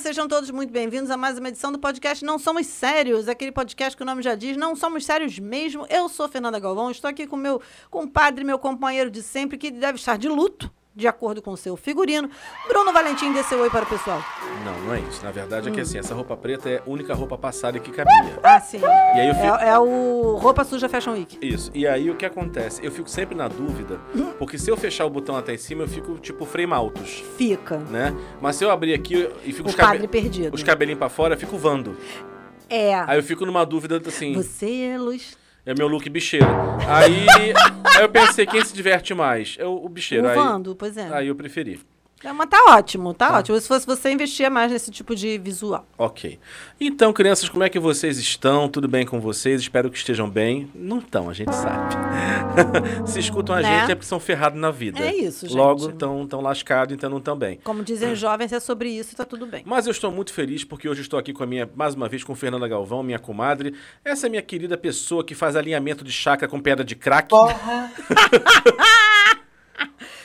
sejam todos muito bem-vindos a mais uma edição do podcast Não Somos Sérios, aquele podcast que o nome já diz, não somos sérios mesmo. Eu sou Fernanda Galvão, estou aqui com meu compadre, meu companheiro de sempre, que deve estar de luto, de acordo com seu figurino. Bruno Valentim, dê seu oi para o pessoal. Não, não é isso. Na verdade é Hum. que assim, essa roupa preta é a única roupa passada que cabia. Ah, sim. E aí eu fico... É, é o Roupa Suja Fashion Week. Isso. E aí o que acontece? Eu fico sempre na dúvida, porque se eu fechar o botão até em cima, eu fico tipo frame altos, Fica. né? Mas se eu abrir aqui e fico O os, cabe- padre perdido. os cabelinhos pra fora, eu fico vando. É. Aí eu fico numa dúvida assim, Você é luz. é meu look bicheiro. Aí, aí eu pensei, quem se diverte mais? É o, o bicheiro. Aí, Uvando, pois é. aí eu preferi. É, Mas tá ótimo, tá, ótimo. Se fosse você, investia mais nesse tipo de visual. Ok. Então, crianças, como é que vocês estão? Tudo bem com vocês? Espero que estejam bem. Não estão, a gente sabe. Se escutam a Né? gente é porque são ferrados na vida. É isso, gente. Logo, estão tão lascados, então não estão bem. Como dizem os jovens, é sobre isso e tá tudo bem. Mas eu estou muito feliz porque hoje estou aqui com a minha, mais uma vez, com Fernanda Galvão, minha comadre. Essa é minha querida pessoa que faz alinhamento de chakra com pedra de crack.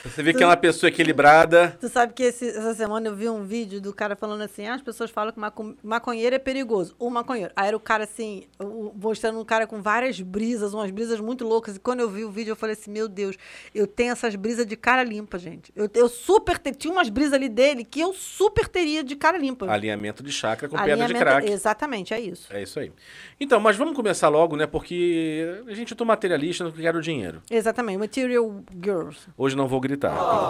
Você vê que é uma pessoa equilibrada. Tu sabe que esse- essa semana eu vi um vídeo do cara falando assim: ah, as pessoas falam que maco- maconheiro é perigoso. O maconheiro. Aí era o cara assim, o- mostrando um cara com várias brisas, umas brisas muito loucas. E quando eu vi o vídeo, eu falei assim: meu Deus, eu tenho essas brisas de cara limpa, gente. Eu, eu super. te- Tinha umas brisas ali dele que eu super teria de cara limpa. Alinhamento de chakra com pedra de Alinhamento- crack. Exatamente, é isso. É isso aí. Então, mas vamos começar logo, né? Porque a gente, eu tô materialista, não quero dinheiro. Exatamente. Material Girls. Hoje não vou gritar.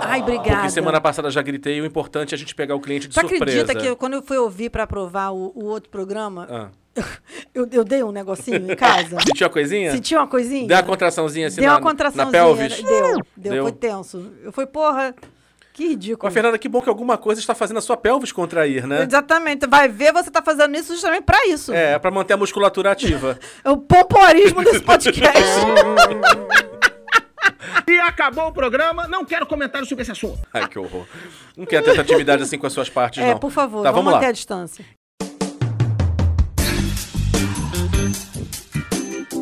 Ai, obrigada. Porque semana passada já gritei, o importante é a gente pegar o cliente de Tu surpresa. acredita que eu- quando eu fui ouvir pra aprovar o, o outro programa, Ah. eu, eu dei um negocinho em casa? Sentiu a coisinha? Senti uma coisinha? Deu uma contraçãozinha assim Deu na, uma contraçãozinha. né? na pelvis? Deu, deu, Deu. foi tenso. Eu fui, porra, que ridículo. Mas, Fernanda, que bom que alguma coisa está fazendo a sua pelvis contrair, né? Exatamente. Vai ver, você tá fazendo isso justamente pra isso. É, pra manter a musculatura ativa. É o pomporismo desse podcast. E acabou o programa, não quero comentários sobre esse assunto. Ai, que horror. Não quero tanta intimidade assim com as suas partes, é, não. por favor, Tá, vamos, vamos manter a lá. distância.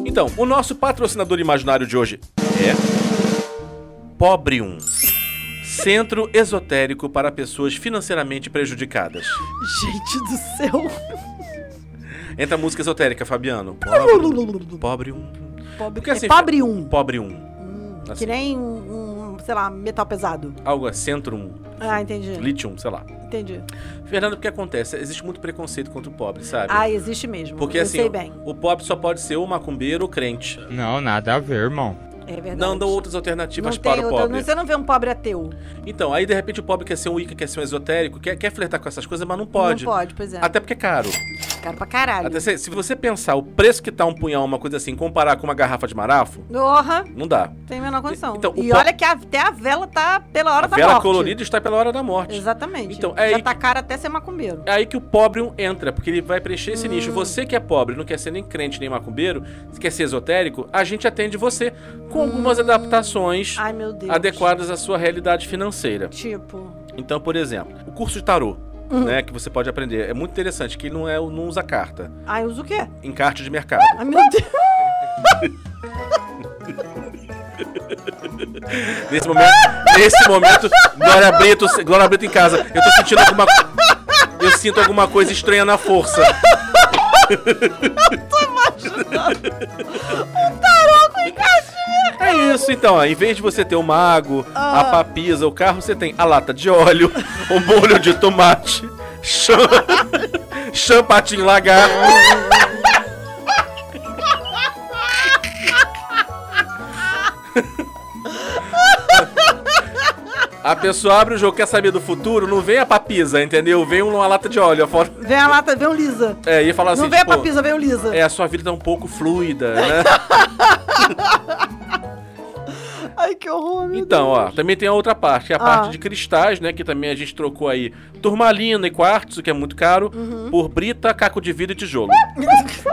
Então, o nosso patrocinador imaginário de hoje é. Pobrium. Centro esotérico para pessoas financeiramente prejudicadas. Gente do céu. Entra a música esotérica, Fabiano. Pobrium. Pobre, Porque assim, é pobre um. Pobrium. Que nem um, um, sei lá, metal pesado. Assim, Algo é centrum, Ah, entendi. litium, um, sei lá. Entendi. Fernando, o que acontece? Existe muito preconceito contra o pobre, sabe? Ah, existe mesmo. Porque eu assim, sei bem. o pobre só pode ser ou macumbeiro ou crente. Não, nada a ver, irmão. É verdade. Não dão outras Não alternativas tem para o outra- pobre. Você não vê um pobre ateu. Então, aí de repente o pobre quer ser um Wicca, quer ser um esotérico, quer, quer flertar com essas coisas, mas não pode. Não pode, pois é. Até porque é caro. Cara pra caralho. Até se, se você pensar o preço que tá um punhal, uma coisa assim, comparar com uma garrafa de marafo, Porra, não dá. tem a menor condição. Então, o e po- olha que a- até a vela tá pela hora A da vela morte. colorida está pela hora da morte. Exatamente. Então, é Já aí tá cara até ser macumbeiro. É aí que o pobre entra, porque ele vai preencher esse Hum. nicho. Você que é pobre, não quer ser nem crente nem macumbeiro, quer ser esotérico, a gente atende você com algumas adaptações Hum. Ai, meu Deus. adequadas à sua realidade financeira. Tipo, Então, por exemplo, o curso de tarô, Hum. né, que você pode aprender, é muito interessante, que não é não usa carta, ai, usa o quê? encarte de mercado. Ai, meu Deus. Nesse momento, nesse momento, Glória Brito, Glória Brito em casa. Eu tô sentindo alguma eu sinto alguma coisa estranha na força. Um É isso, então. ó, Em vez de você ter o mago, Ah. a papisa, o carro, você tem a lata de óleo, o molho de tomate, cham... champatinho lagarto. A pessoa abre o jogo, quer saber do futuro, não vem a papisa, entendeu? Vem uma lata de óleo. a foto- Vem a lata, vem o Lisa. É, e fala assim, não vem tipo, a papisa, vem o Lisa. É, a sua vida tá um pouco fluida, né? Ai, que horror, meu é. Então, ó, também tem a outra parte, que é a Ah. parte de cristais, né? Que também a gente trocou aí turmalina e quartzo, que é muito caro, Uhum. por brita, caco de vidro e tijolo.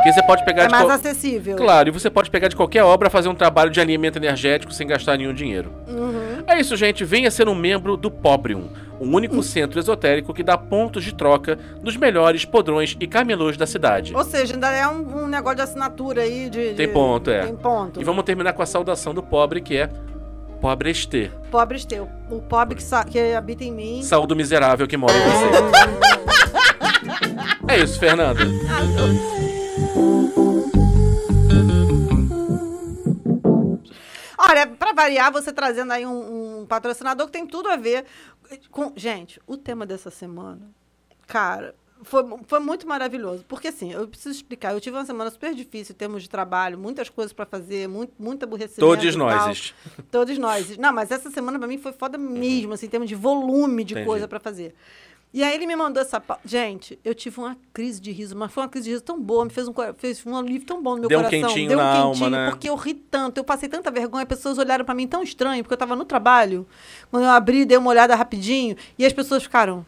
que você pode pegar Deus. É de mais qual- acessível. tipo, Claro, e você pode pegar de qualquer obra, fazer um trabalho de alimento energético sem gastar nenhum dinheiro. Uhum. É isso, gente. Venha ser um membro do Pobrium, o Hum. único centro esotérico que dá pontos de troca nos melhores podrões e camelôs da cidade. Ou seja, ainda é um, um negócio de assinatura aí de. Tem de- ponto, é. Tem ponto. E vamos terminar com a saudação do pobre, que é Pobreste, Pobres teu. O pobre que, sa- que habita em mim. saldo miserável que mora em você. É isso, Fernanda. Olha, pra variar, você trazendo aí um, um patrocinador que tem tudo a ver com. Gente, o tema dessa semana, cara. Foi, foi muito maravilhoso, porque assim, eu preciso explicar. Eu tive uma semana super difícil em termos de trabalho, muitas coisas pra fazer, muito, muito aborrecimento. Todos e tal. nós. Todos nós. Não, mas essa semana pra mim foi foda mesmo, assim, em termos de volume de Entendi. coisa pra fazer. E aí ele me mandou essa. pau- Gente, eu tive uma crise de riso, mas foi uma crise de riso tão boa, me fez um, co- fez um alívio tão bom no meu Deu um coração. quentinho deu um na alma, quentinho, né? porque eu ri tanto, eu passei tanta vergonha, as pessoas olharam pra mim tão estranho, porque eu tava no trabalho. Quando eu abri, dei uma olhada rapidinho, e as pessoas ficaram.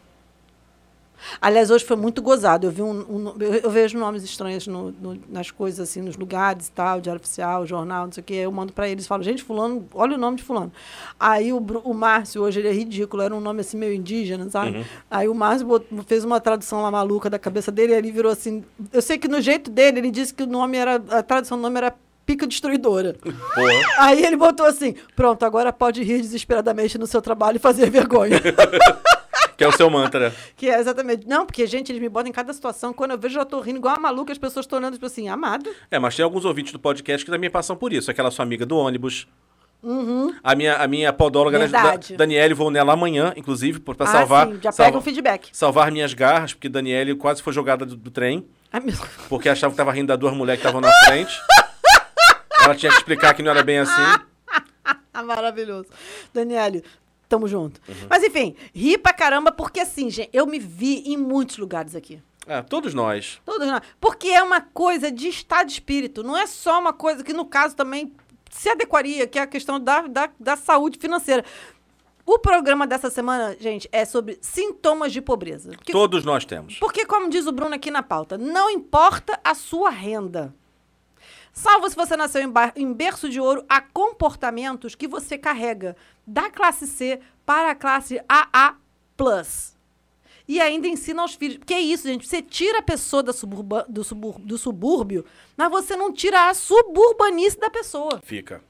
Aliás, hoje foi muito gozado. Eu vi um, um- eu, eu vejo nomes estranhos no- no- nas coisas, assim, nos lugares e tal, diário oficial, jornal, não sei o quê. Eu mando pra eles e falo, gente, fulano, olha o nome de fulano. Aí o, Bru- o Márcio, hoje ele é ridículo, era um nome assim meio indígena, sabe? Aí o Márcio bot- fez uma tradução lá maluca da cabeça dele e ele virou assim. Eu sei que no jeito dele, ele disse que o nome era. A tradução do nome era pica destruidora. Porra. Aí ele botou assim: pronto, agora pode rir desesperadamente no seu trabalho e fazer vergonha. Que é o seu mantra. Que é exatamente. Não, porque, gente, eles me botam em cada situação. Quando eu vejo, eu já tô rindo igual uma maluca, as pessoas estão olhando, tipo assim, amado. É, mas tem alguns ouvintes do podcast que também passam por isso. Aquela sua amiga do ônibus. A minha, a minha podóloga, né, Uhum. Verdade. da, Daniele, vou nela amanhã, inclusive, por- pra Ah, salvar. sim, já pega salva- um feedback. Salvar minhas garras, porque Daniele quase foi jogada do, do trem, Ai, meu- porque achava que tava rindo da duas mulheres que estavam na frente. Ela tinha que explicar que não era bem assim. Ah, maravilhoso. Daniele, tamo junto. Uhum. Mas enfim, ri pra caramba, porque assim, gente, eu me vi em muitos lugares aqui. Ah, todos nós. Todos nós. Porque é uma coisa de estado de espírito, não é só uma coisa que, no caso, também se adequaria, que é a questão da, da, da saúde financeira. O programa dessa semana, gente, é sobre sintomas de pobreza. Que- Todos nós temos. Porque, como diz o Bruno aqui na pauta, não importa a sua renda. Salvo se você nasceu em, bar- em berço de ouro, há comportamentos que você carrega da classe C para a classe AA. E ainda ensina aos filhos. Porque é isso, gente. Você tira a pessoa da suburba- do, subur- do subúrbio, mas você não tira a suburbanice da pessoa. Fica.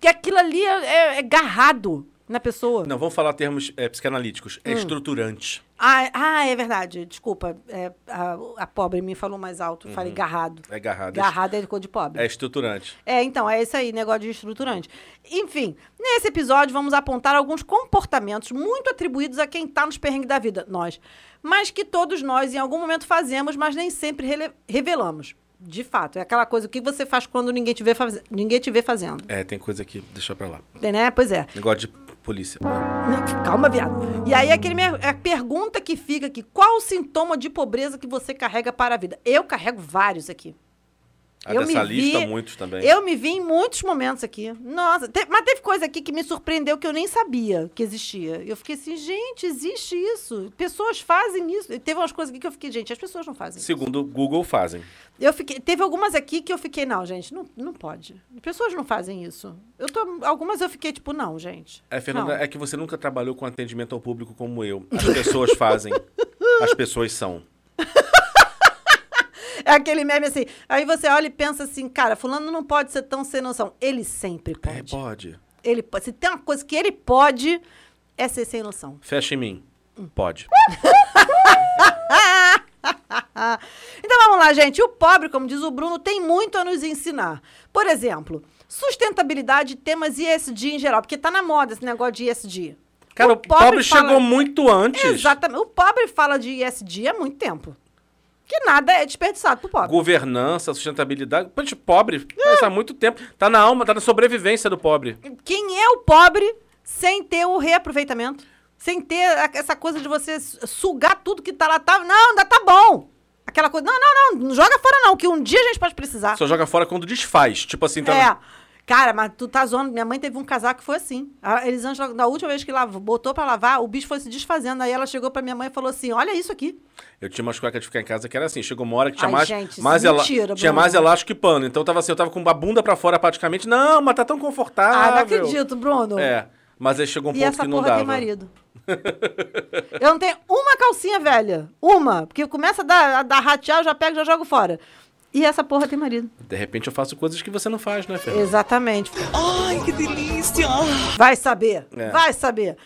Que aquilo ali é, é- é garrado na pessoa. Não, vamos falar termos eh, psicanalíticos. Hum. É estruturante. Ah, ah, é verdade. Desculpa. é, a, a pobre me falou mais alto. Falei garrado. É garrado. Garrado é cor de pobre. É estruturante. É, então, é isso aí, negócio de estruturante. Enfim, nesse episódio vamos apontar alguns comportamentos muito atribuídos a quem tá nos perrengues da vida, nós. Mas que todos nós em algum momento fazemos, mas nem sempre rele- revelamos. De fato, é aquela coisa, o que você faz quando ninguém te vê, faz- ninguém te vê fazendo, É, tem coisa que deixa pra lá. Tem, né? Pois é. Negócio de polícia. Ah, Calma, viado. E aí, aquele minha, a pergunta que fica aqui: qual o sintoma de pobreza que você carrega para a vida? Eu carrego vários aqui. A Eu dessa me lista, vi- muitos também. Eu me vi em muitos momentos aqui. Nossa, te- mas teve coisa aqui que me surpreendeu que eu nem sabia que existia. Eu fiquei assim, gente, existe isso. Pessoas fazem isso. E teve umas coisas aqui que eu fiquei, gente, as pessoas não fazem. Segundo o Google, fazem. Eu fiquei, teve algumas aqui que eu fiquei, não, gente, não, não pode. As pessoas não fazem isso. Eu tô, algumas eu fiquei tipo, não, gente. É, Fernanda, não. é que você nunca trabalhou com atendimento ao público como eu. As pessoas fazem. As pessoas são. É aquele meme assim. Aí você olha e pensa assim, cara, fulano não pode ser tão sem noção. Ele sempre É, pode. pode. Ele pode. Se tem uma coisa que ele pode, é ser sem noção. Fecha em mim. Hum. Pode. Uh, Ah, então vamos lá, gente. O pobre, como diz o Bruno, tem muito a nos ensinar. Por exemplo, sustentabilidade, temas ESG em geral, porque tá na moda esse negócio de ESG. Cara, o fala- pobre, chegou muito antes. Exatamente. O pobre fala de ESG há muito tempo. Que nada é desperdiçado pro pobre. Governança, sustentabilidade. Pô, gente, pobre mas há muito tempo. Tá na alma, tá na sobrevivência do pobre. Quem é o pobre sem ter o reaproveitamento? Sem ter a- essa coisa de você su- sugar tudo que tá lá. Tá, não, ainda tá bom. Aquela coisa. Não, não, não. Não joga fora, não, que um dia a gente pode precisar. Só joga fora quando desfaz. Tipo assim, tá. É. Cara, mas tu tá zoando. Minha mãe teve um casaco que foi assim. A Elisângela, da última vez que lavou, botou pra lavar, o bicho foi se desfazendo. Aí ela chegou pra minha mãe e falou assim: Olha isso aqui. Eu tinha umas cuecas de ficar em casa que era assim. Chegou uma hora que tinha Ai, mais. gente, isso mais é ela- mentira, tinha Bruno. mais elástico que pano. Então eu tava assim, eu tava com a bunda pra fora praticamente. Não, mas tá tão confortável. Ah, não acredito, Bruno. É. Mas aí chegou um E ponto essa que não porra dava. tem marido. eu não tenho uma calcinha velha. Uma. Porque começa a dar, a dar ratear, eu já pego e já jogo fora. E essa porra tem marido. De repente eu faço coisas que você não faz, né, Fernanda? Exatamente. Ai, que delícia! Vai saber. É. Vai saber.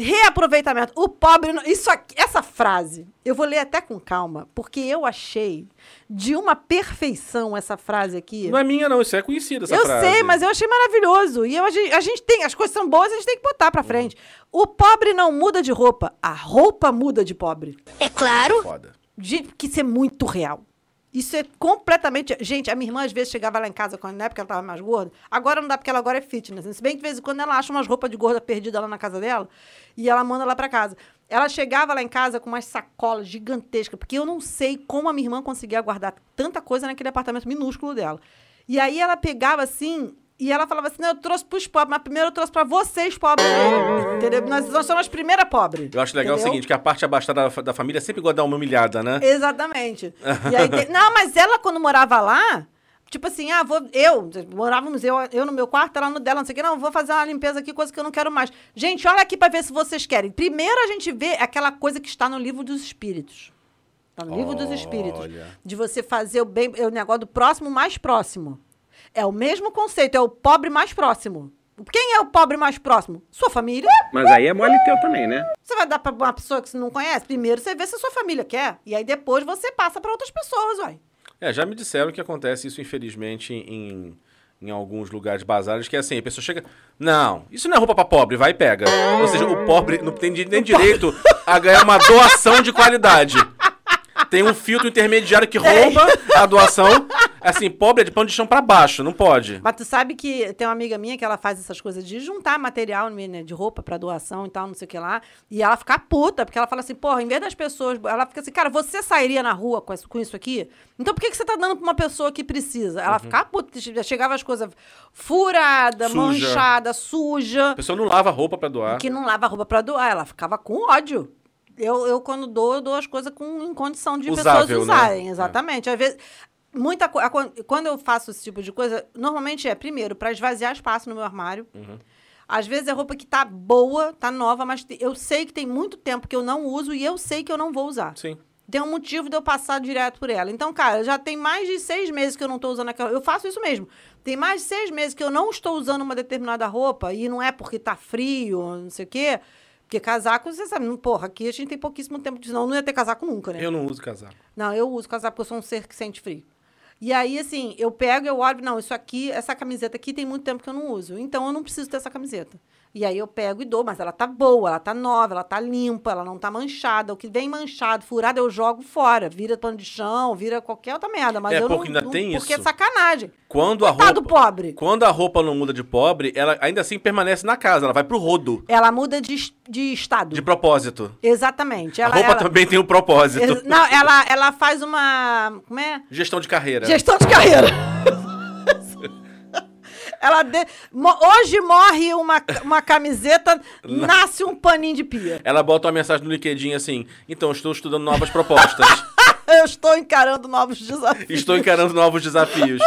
Reaproveitamento. O pobre. não- Isso aqui- essa frase, eu vou ler até com calma, porque eu achei de uma perfeição essa frase aqui. Não é minha, não. Isso é conhecida, essa eu frase. sei, mas eu achei maravilhoso. E eu, a, gente, a gente tem. As coisas são boas, a gente tem que botar Uhum. pra frente. O pobre não muda de roupa, a roupa muda de pobre. É um claro. Foda. Gente, que isso é muito real. Isso é completamente. Gente, a minha irmã às vezes chegava lá em casa quando na época ela tava mais gorda. Agora não dá porque ela agora é fitness. né? Se bem que de vez em quando ela acha umas roupas de gorda perdida lá na casa dela e ela manda lá pra casa. Ela chegava lá em casa com umas sacolas gigantescas, porque eu não sei como a minha irmã conseguia guardar tanta coisa naquele apartamento minúsculo dela. E aí ela pegava assim e ela falava assim: "Não, eu trouxe pros pobres, mas primeiro eu trouxe pra vocês pobres. Entendeu? Nós, nós somos as primeiras pobres. Eu acho legal entendeu? o seguinte, que a parte abastada da fa- da família sempre gosta de dar uma humilhada, né? Exatamente. E aí tem- Não, mas ela, quando morava lá, tipo assim, ah, vou. Eu, morávamos eu, eu no meu quarto, ela no dela, não sei o que, não, vou fazer uma limpeza aqui, coisa que eu não quero mais. Gente, olha aqui pra ver se vocês querem. Primeiro a gente vê aquela coisa que está no livro dos espíritos. Tá no livro dos espíritos. Olha. De você fazer o bem, é o negócio do próximo mais próximo. É o mesmo conceito, é o pobre mais próximo. Quem é o pobre mais próximo? Sua família. Mas aí é mole teu também, né? Você vai dar pra uma pessoa que você não conhece? Primeiro você vê se a sua família quer. E aí depois você passa pra outras pessoas, uai. É, já me disseram que acontece isso, infelizmente, em, em alguns lugares bazares, que é assim, a pessoa chega. Não, isso não é roupa pra pobre, vai e pega. Ou seja, o pobre não tem di- nem direito a ganhar uma doação de qualidade. Tem um filtro intermediário que rouba a doação. Assim, pobre é de pão de chão pra baixo, não pode. Mas tu sabe que tem uma amiga minha que ela faz essas coisas de juntar material né, de roupa pra doação e tal, não sei o que lá. E ela fica puta, porque ela fala assim, porra, em vez das pessoas. Ela fica assim, cara, você sairia na rua com isso, com isso aqui? Então por que, que você tá dando pra uma pessoa que precisa? Ela fica puta, che- chegava as coisas furada, Suja. manchada, suja. A pessoa não lava a roupa pra doar. que não lava a roupa pra doar. Ela ficava com ódio. Eu, eu quando dou, eu dou as coisas com, em condição de Usável, pessoas né? usarem. Exatamente. Às vezes, muita coisa. Quando eu faço esse tipo de coisa, normalmente é, primeiro, pra esvaziar espaço no meu armário. Uhum. Às vezes é roupa que tá boa, tá nova, mas te- eu sei que tem muito tempo que eu não uso e eu sei que eu não vou usar. Sim. Tem um motivo de eu passar direto por ela. Então, cara, já tem mais de seis meses que eu não estou usando aquela. Eu faço isso mesmo. Tem mais de seis meses que eu não estou usando uma determinada roupa e não é porque tá frio, não sei o quê. Porque casaco, você sabe, não- porra, aqui a gente tem pouquíssimo tempo disso. Não, não ia ter casaco nunca, né? Eu não uso casaco. Não, eu uso casaco porque eu sou um ser que sente frio. E aí, assim, eu pego, eu olho, não, isso aqui, essa camiseta aqui tem muito tempo que eu não uso. Então eu não preciso ter essa camiseta. E aí eu pego e dou, mas ela tá boa, ela tá nova, ela tá limpa, ela não tá manchada. O que vem manchado, furado, eu jogo fora. Vira pano de chão, vira qualquer outra merda. Mas É, eu não, porque ainda não- tem Porque é isso. sacanagem. Quando a Coitado roupa. pobre. Quando a roupa não muda de pobre, ela ainda assim permanece na casa, ela vai pro rodo. Ela muda de, es- de estado. De propósito. Exatamente. a Ela, roupa ela- também tem um propósito. Ex- Não, ela, ela faz uma. Como é? Gestão de carreira. Gestão de carreira. Ela de- mo- Hoje morre uma, uma camiseta, nasce um paninho de pia. Ela bota uma mensagem no LinkedIn assim: Então, estou estudando novas propostas. Eu estou encarando novos desafios. estou encarando novos desafios.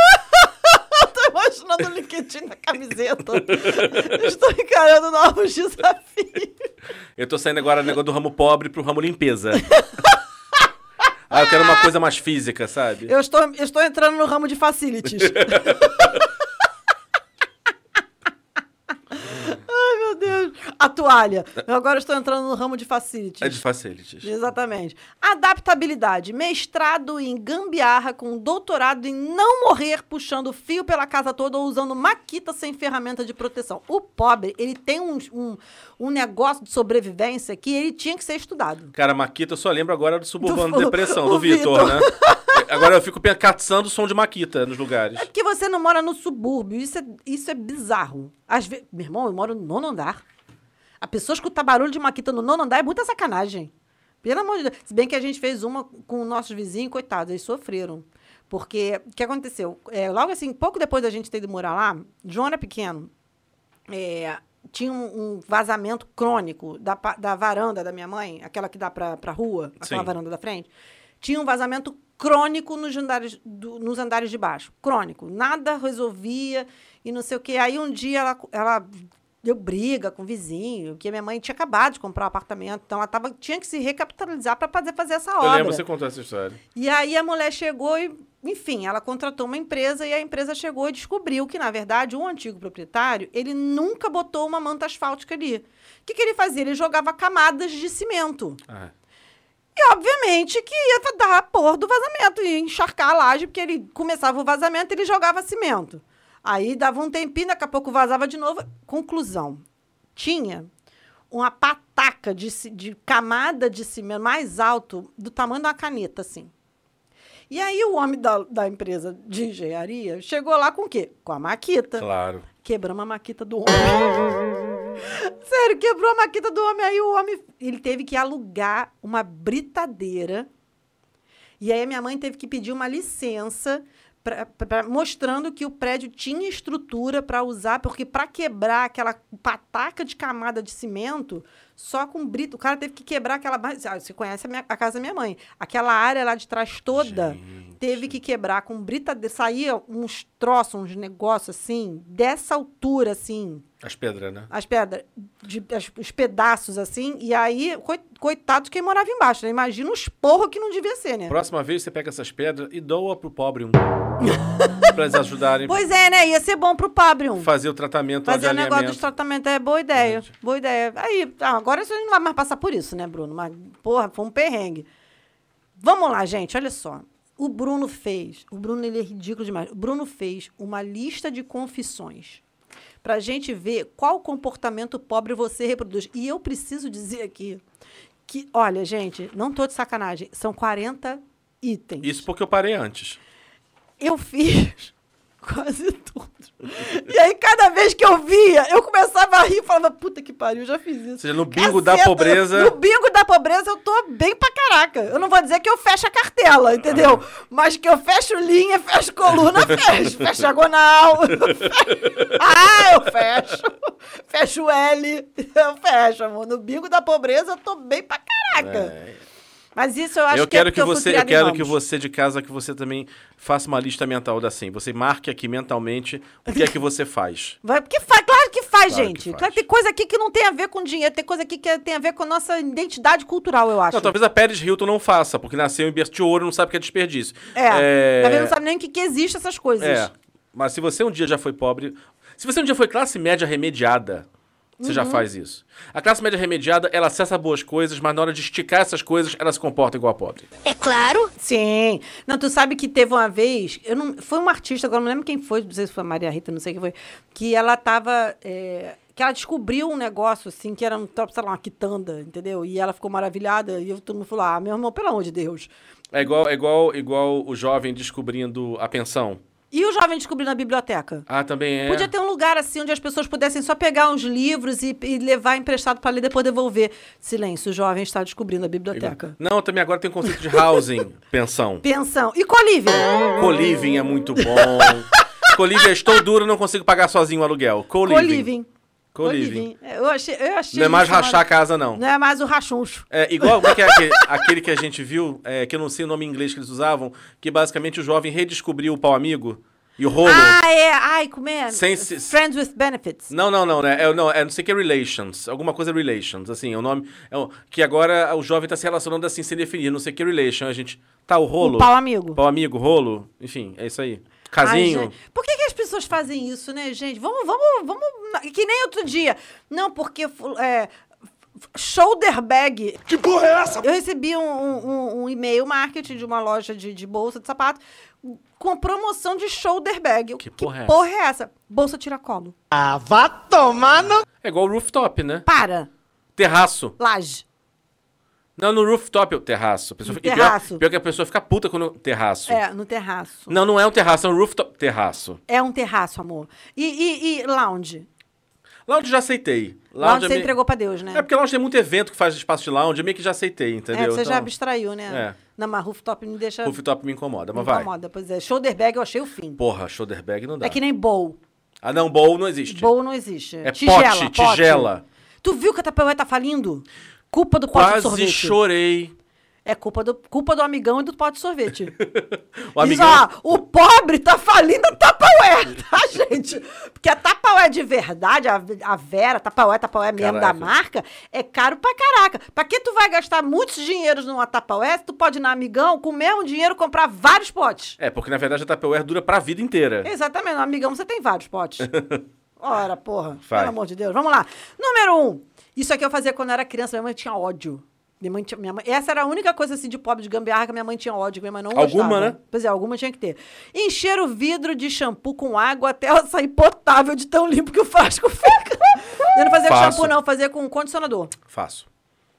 Estou imaginando o LinkedIn na camiseta. estou encarando novos desafios. Eu tô saindo agora do negócio do ramo pobre pro ramo limpeza. ah, eu quero uma coisa mais física, sabe? Eu estou, eu estou entrando no ramo de facilities. Ai, meu Deus. A toalha. Eu agora estou entrando no ramo de facilities. É de facilities. Exatamente. Adaptabilidade. Mestrado em gambiarra com doutorado em não morrer puxando fio pela casa toda ou usando maquita sem ferramenta de proteção. O pobre, ele tem um, um, um negócio de sobrevivência que ele tinha que ser estudado. Cara, Maquita, eu só lembro agora do Suburbano Do- Depressão, o do Vitor, Vitor. né? Agora eu fico pe- caçando o som de Maquita nos lugares. É Porque você não mora no subúrbio. Isso é, isso é bizarro. Às vezes, meu irmão, eu moro no nono andar. A pessoa escutar barulho de maquita no nono andar é muita sacanagem. Pelo amor de Deus. Se bem que a gente fez uma com nossos vizinhos, coitados, eles sofreram. Porque o que aconteceu? É, logo assim, pouco depois da gente ter ido morar lá, João era pequeno. É, tinha um, um vazamento crônico da, pa- da varanda da minha mãe, aquela que dá pra, pra rua, aquela Sim. varanda da frente. Tinha um vazamento crônico nos andares, do- nos andares de baixo. Crônico. Nada resolvia e não sei o quê. Aí um dia ela, ela deu briga com o vizinho, porque minha mãe tinha acabado de comprar um apartamento, então ela tava, tinha que se recapitalizar para fazer, fazer essa Eu obra. lembro, você contou essa história. E aí a mulher chegou e enfim, ela contratou uma empresa e a empresa chegou e descobriu que, na verdade, o antigo proprietário, ele nunca botou uma manta asfáltica ali. O que, que ele fazia? Ele jogava camadas de cimento. Ah, E, obviamente, que ia dar a porra do vazamento, ia encharcar a laje, porque ele começava o vazamento ele jogava cimento. Aí dava um tempinho, daqui a pouco vazava de novo. Conclusão: tinha uma pataca de, ci- de camada de cimento mais alto, do tamanho de uma caneta, assim. E aí o homem da, da empresa de engenharia chegou lá com o quê? Com a maquita. claro. Quebramos a maquita do homem. Sério, quebrou a maquita do homem. Aí o homem, ele teve que alugar uma britadeira. E aí a minha mãe teve que pedir uma licença pra, pra- mostrando que o prédio tinha estrutura para usar, porque para quebrar aquela pataca de camada de cimento, só com brita. O cara teve que quebrar aquela. mas, ah, Você conhece a, minha- a casa da minha mãe. Aquela área lá de trás toda Gente. teve que quebrar com britadeira. Saía uns troços, uns negócios assim, dessa altura, assim, As pedras, né? as pedras, de- as- os pedaços assim. E aí, coi- coitado de quem morava embaixo, né? Imagina os porros que não devia ser, né? Próxima vez você pega essas pedras e doa pro pobre um. pra eles ajudarem Pois é, né? Ia ser bom pro Pabrium. a fazer o tratamento de Fazer o negócio alinhamento. dos tratamentos é boa ideia. Gente. Boa ideia. Aí, ah, agora a gente não vai mais passar por isso, né, Bruno? Mas, porra, foi um perrengue. Vamos lá, gente, olha só. O Bruno fez. O Bruno, ele é ridículo demais. O Bruno fez uma lista de confissões pra gente ver qual comportamento pobre você reproduz. E eu preciso dizer aqui que, olha, gente, não tô de sacanagem, são 40 itens. Isso porque eu parei antes. Eu fiz quase tudo. E aí, cada vez que eu via, eu começava a rir e falava, puta que pariu, já fiz Ou isso. seja, no bingo da Caceta, pobreza. No bingo da pobreza, eu tô bem pra caraca. Eu não vou dizer que eu fecho a cartela, entendeu? Mas que eu fecho linha, fecho coluna, fecho. Fecho diagonal. ah, eu fecho. Fecho L. Eu fecho, amor. No bingo da pobreza, eu tô bem pra caraca. É. Mas isso eu acho eu que é quero porque que, eu fui você, eu criada em quero Ramos. que você de casa que você também faça uma lista mental da assim. Você marque aqui mentalmente o que é que você faz. Vai, porque faz, claro que faz, Claro que gente. faz. Claro que tem coisa aqui que não tem a ver com dinheiro, tem coisa aqui que tem a ver com a nossa identidade cultural, eu acho. Não, talvez a Pérez Hilton não faça, porque nasceu em berço de ouro e não sabe o que é desperdício. É, talvez não sabe nem o que, que existe essas coisas. É, mas se você um dia já foi pobre, se você um dia foi classe média remediada, você já Uhum. faz isso. A classe média remediada, ela acessa boas coisas, mas na hora de esticar essas coisas, ela se comporta igual a pobre. É claro. Sim. Não, tu sabe que teve uma vez, eu não, foi uma artista, agora não lembro quem foi, não sei se foi a Maria Rita, não sei quem foi, que ela tava, é, que ela descobriu um negócio, assim, que era um, troço, sei lá, uma quitanda, entendeu? E ela ficou maravilhada, e eu, todo mundo falou, ah, meu irmão, pelo amor de Deus. É igual, é igual, igual o jovem descobrindo a pensão. E o jovem descobriu na biblioteca? Ah, também é. Podia ter um lugar assim onde as pessoas pudessem só pegar uns livros e, e levar emprestado para ler e depois devolver. Silêncio, o jovem está descobrindo a biblioteca. Não, também agora tem o conceito de housing, pensão. Pensão. E colívio? Coliving é muito bom. Coliving, é estou duro, não consigo pagar sozinho o aluguel. Coliving. Colívio. Coliving. Eu achei, eu achei Não é mais isso uma- rachar a casa, não. Não é mais o rachuncho. É, igual como é que é aquele, aquele que a gente viu, é, que eu não sei o nome em inglês que eles usavam, que basicamente o jovem redescobriu o pau amigo e o rolo. Ah, é. Ai, como é? Sem se- Friends with Benefits. Não, não, não, né? É, não, é não sei o que é relations. Alguma coisa relations, assim, é o nome. é o- que agora o jovem tá se relacionando assim, sem definir, não sei o que é relation. A gente. Tá, o rolo. O pau amigo. Pau amigo, rolo, enfim, é isso aí. Ai, Casinho. gente, por que, que as pessoas fazem isso, né, gente? Vamos, vamos, vamos. Que nem outro dia. Não, porque. fu- É, f- shoulder bag. Que porra é essa? Eu recebi um, um- um- um e-mail marketing de uma loja de, de bolsa de sapato com promoção de shoulder bag. Eu, Que porra é é essa? Bolsa tiracolo. Ah, vá tomar no... é igual o rooftop, né? Para, Terraço. laje. Não, no rooftop é o terraço. A pessoa No fica- e pior- terraço. Pior, que a pessoa fica puta quando. Terraço. É, no terraço. Não, não é um terraço, é um rooftop. Terraço. É um terraço, amor. E, e- e lounge. Lounge já aceitei. Lounge é você meio- entregou pra Deus, né? É porque lounge tem muito evento que faz espaço de lounge, eu meio que já aceitei, entendeu? É, você já Então, abstraiu, né? É. Não, mas rooftop me deixa. Rooftop me incomoda, mas Não vai. incomoda, pois é. Shoulder bag eu achei o fim. Porra, shoulder bag não dá. É que nem bowl. Ah, não, bowl não existe. Bowl não existe. É tigela, pote, tigela. Tu viu que a Tupperware tá falindo? Culpa do pote de Quase sorvete. chorei. É culpa do, culpa do amigão e do pote de sorvete. O Diz, amigão- ó, o pobre tá falindo a Tupperware, tá, gente? Porque a Tupperware de verdade, a, a Vera, Tupperware, Tupperware mesmo da Caraca. marca, é caro pra caraca. Pra que tu vai gastar muitos dinheiros numa Tupperware se tu pode ir na Amigão com o mesmo dinheiro comprar vários potes? É, porque na verdade a Tupperware dura pra vida inteira. Exatamente, no Amigão você tem vários potes. Ora, porra, Vai. pelo amor de Deus. Vamos lá. Número um. Isso aqui eu fazia quando eu era criança, minha mãe tinha ódio. Minha mãe tinha- minha mãe- essa era a única coisa assim de pobre de gambiarra que minha mãe tinha ódio, que minha mãe não Alguma, gostava. né? Pois é, alguma tinha que ter. Encher o vidro de shampoo com água até ela sair potável de tão limpo que o frasco fica. Eu não fazia com Faço. shampoo, não, eu fazia com condicionador. Faço.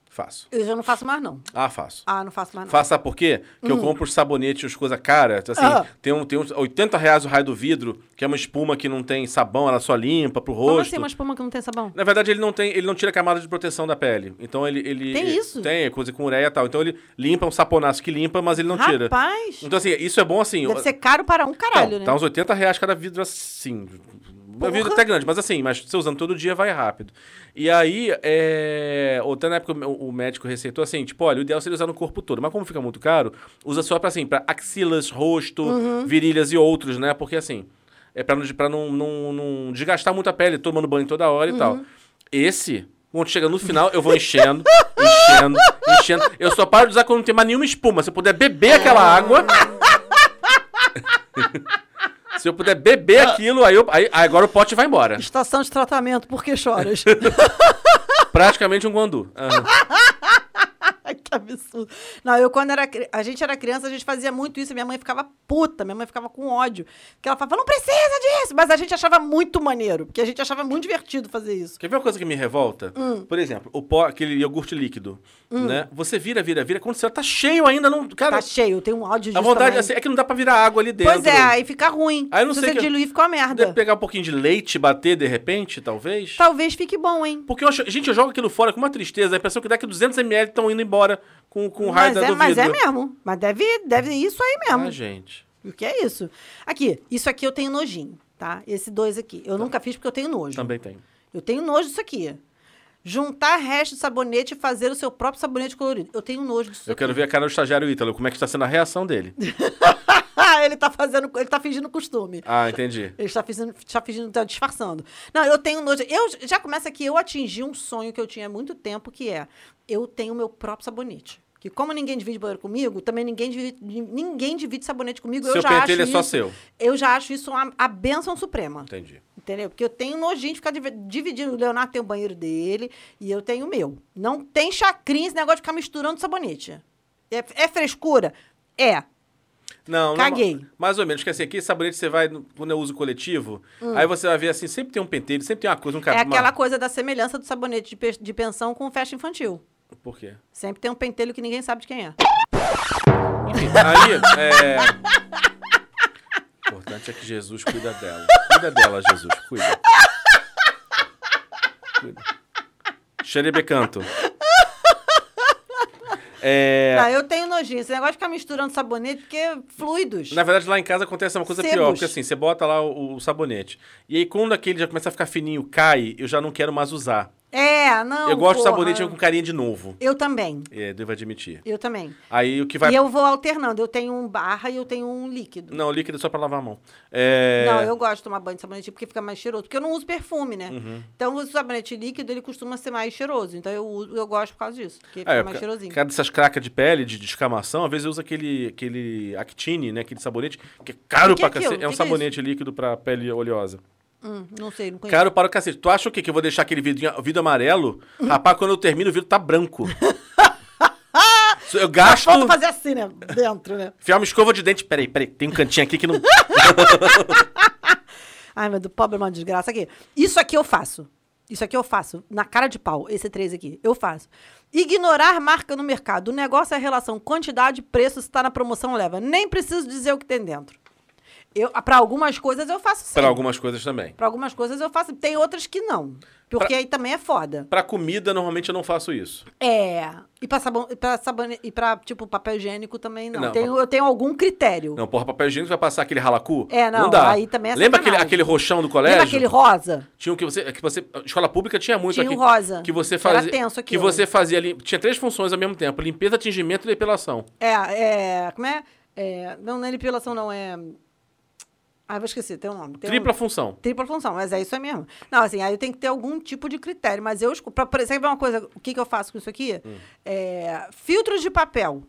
Faço. Eu já não faço mais, não. Ah, faço. Ah, não faço mais, não. Faço, sabe por quê? Que eu compro os sabonetes, as coisas caras. Assim, Ah. tem, um, tem uns 80 reais o raio do vidro, que é uma espuma que não tem sabão, ela só limpa pro rosto. Como assim uma espuma que não tem sabão? Na verdade, ele não tem, ele não tira a camada de proteção da pele. Então ele. ele Tem ele- isso? Tem, é coisa com ureia e tal. Então ele limpa é um saponaço que limpa, mas ele não tira. Rapaz, Então, assim, isso é bom assim. deve eu- ser caro para um então, caralho, né? Tá uns 80 reais cada vidro assim. Meu vidro até grande, mas assim, mas você usando todo dia vai rápido. E aí, é... outra na época o meu- o médico receitou assim, tipo, olha, o ideal seria usar no corpo todo, mas como fica muito caro, usa só pra assim, pra axilas, rosto, Uhum. virilhas e outros, né? Porque assim, é pra, não, pra não, não, não desgastar muito a pele, tomando banho toda hora e Uhum. tal. Esse, quando chega no final, eu vou enchendo, enchendo, enchendo. Eu só paro de usar quando não tem mais nenhuma espuma. Se eu puder beber aquela água, se eu puder beber aquilo, aí, eu- aí- aí agora o pote vai embora. Estação de tratamento, por que choras? Praticamente um guandu. Aham. Ai, que absurdo. Não, eu quando era. cri- A gente era criança, a gente fazia muito isso. Minha mãe ficava puta, minha mãe ficava com ódio. Porque ela falava, não precisa disso. Mas a gente achava muito maneiro, porque a gente achava muito divertido fazer isso. Quer ver uma coisa que me revolta? Hum. Por exemplo, o pó, aquele iogurte líquido, né? Você vira, vira, vira, quando você tá cheio ainda, não... Cara, Tá cheio, eu tenho um ódio disso. a vontade também. assim, é que não dá pra virar água ali dentro. Pois é, aí fica ruim. Aí eu não Se sei você que- é diluir, fica uma merda. Deve pegar um pouquinho de leite, bater de repente, talvez. Talvez fique bom, hein? Porque, eu acho, gente, eu jogo aquilo fora com uma tristeza. A impressão que dá que 200ml estão indo embora com, com o Mas raio da é, do mas é vidro. mesmo. Mas deve, deve isso aí mesmo. Ah, gente. O que é isso? Aqui, isso aqui eu tenho nojinho, tá? Esse dois aqui. Eu nunca fiz porque eu tenho nojo. Também tem. Eu tenho nojo disso aqui. Juntar resto de sabonete e fazer o seu próprio sabonete colorido. Eu tenho nojo disso. Eu quero ver a cara do estagiário Ítalo, como é que está sendo a reação dele. Ah, ele tá fazendo, ele tá fingindo costume. Ah, entendi. Ele tá fingindo, tá fingindo, tá disfarçando. Não, eu tenho nojo. Eu já começa aqui, eu atingi um sonho que eu tinha há muito tempo, que é eu tenho meu próprio sabonete. Que como ninguém divide banheiro comigo, também ninguém divide, ninguém divide sabonete comigo. eu Seu já pentelho acho é só isso- seu. Eu já acho isso a, a bênção suprema. Entendi. Entendeu? Porque eu tenho nojinho de ficar divi- dividindo. O Leonardo tem o banheiro dele e eu tenho o meu. Não tem chacrinha esse negócio de ficar misturando sabonete. É, é frescura? É. Não, não, Caguei. ma- mais ou menos, porque assim, aqui sabonete você vai, no- quando eu uso coletivo, aí você vai ver assim, sempre tem um pentelho, sempre tem uma coisa, um Hum. é cabelo. aquela coisa da semelhança do sabonete de, pe- de pensão com festa infantil. Por quê? Sempre tem um pentelho que ninguém sabe de quem é. Enfim, aí, é... O importante é que Jesus cuida dela. Cuida dela, Jesus, cuida. Cuida. Xerebecanto. É... Não, eu tenho nojinho. Esse negócio de ficar misturando sabonete porque é fluidos. Na verdade, lá em casa acontece uma coisa Sebos. pior, porque assim, você bota lá o, o sabonete. E aí, quando aquele já começa a ficar fininho, cai, eu já não quero mais usar. É, não. eu gosto de porra. sabonete com carinha de novo. Eu também. É, devo admitir. Eu também. Aí o que vai. E eu vou alternando. Eu tenho um barra e eu tenho um líquido. Não, líquido é só pra lavar a mão. É... Não, eu gosto de tomar banho de sabonete porque fica mais cheiroso. Porque eu não uso perfume, né? Uhum. Então, o sabonete líquido, ele costuma ser mais cheiroso. Então, eu, uso- eu gosto por causa disso. Porque fica É, mais ca- cheirosinho. cada dessas cracas de pele, de descamação, às vezes eu uso aquele, aquele Actine, né? Aquele sabonete, que é caro Que que é pra aquilo? cacete. É um Que que é sabonete líquido pra pele oleosa. Hum, não sei, não conheço. Caro para o cacete. Tu acha o quê? Que eu vou deixar aquele vidro, vidro amarelo? Rapaz, quando eu termino, o vidro tá branco. eu gasto. Falta fazer assim, né? Dentro, né? Enfiar uma escova de dente. Peraí, peraí, tem um cantinho aqui que não. Ai, meu Deus, pobre é uma desgraça aqui. Isso aqui eu faço. Isso aqui eu faço. Na cara de pau, esse três aqui. Eu faço. Ignorar marca no mercado. O negócio é a relação quantidade e preço. Se tá na promoção, leva. Nem preciso dizer o que tem dentro. Eu, pra algumas coisas eu faço sim. Para algumas coisas também. Pra algumas coisas eu faço. Tem outras que não. Porque aí também é foda. Pra comida, normalmente eu não faço isso. É. E pra, sabão, e pra, sabone, e pra tipo, papel higiênico também não. Não, Tenho- eu tenho algum critério. Não, porra, papel higiênico vai passar aquele ralacu? É, não, Não dá. aí também é Lembra aquele, sacanagem. aquele roxão do colégio? Lembra aquele rosa? Tinha o que você, é que você. a Escola pública tinha muito Tinha aqui. o rosa. Que você Que era fazia. tenso que aquilo. você fazia ali. Tinha três funções ao mesmo tempo: limpeza, tingimento e depilação. É, é. Como é? É, não, não é depilação, não. É. Ah, eu vou esquecer, tem um nome. tem um- Tripla função. Tripla função, mas é isso aí mesmo. Não, assim, aí tem que ter algum tipo de critério. Mas eu. esco- Pra, pra, sabe uma coisa? O que, que eu faço com isso aqui? Hum. É, filtros de papel.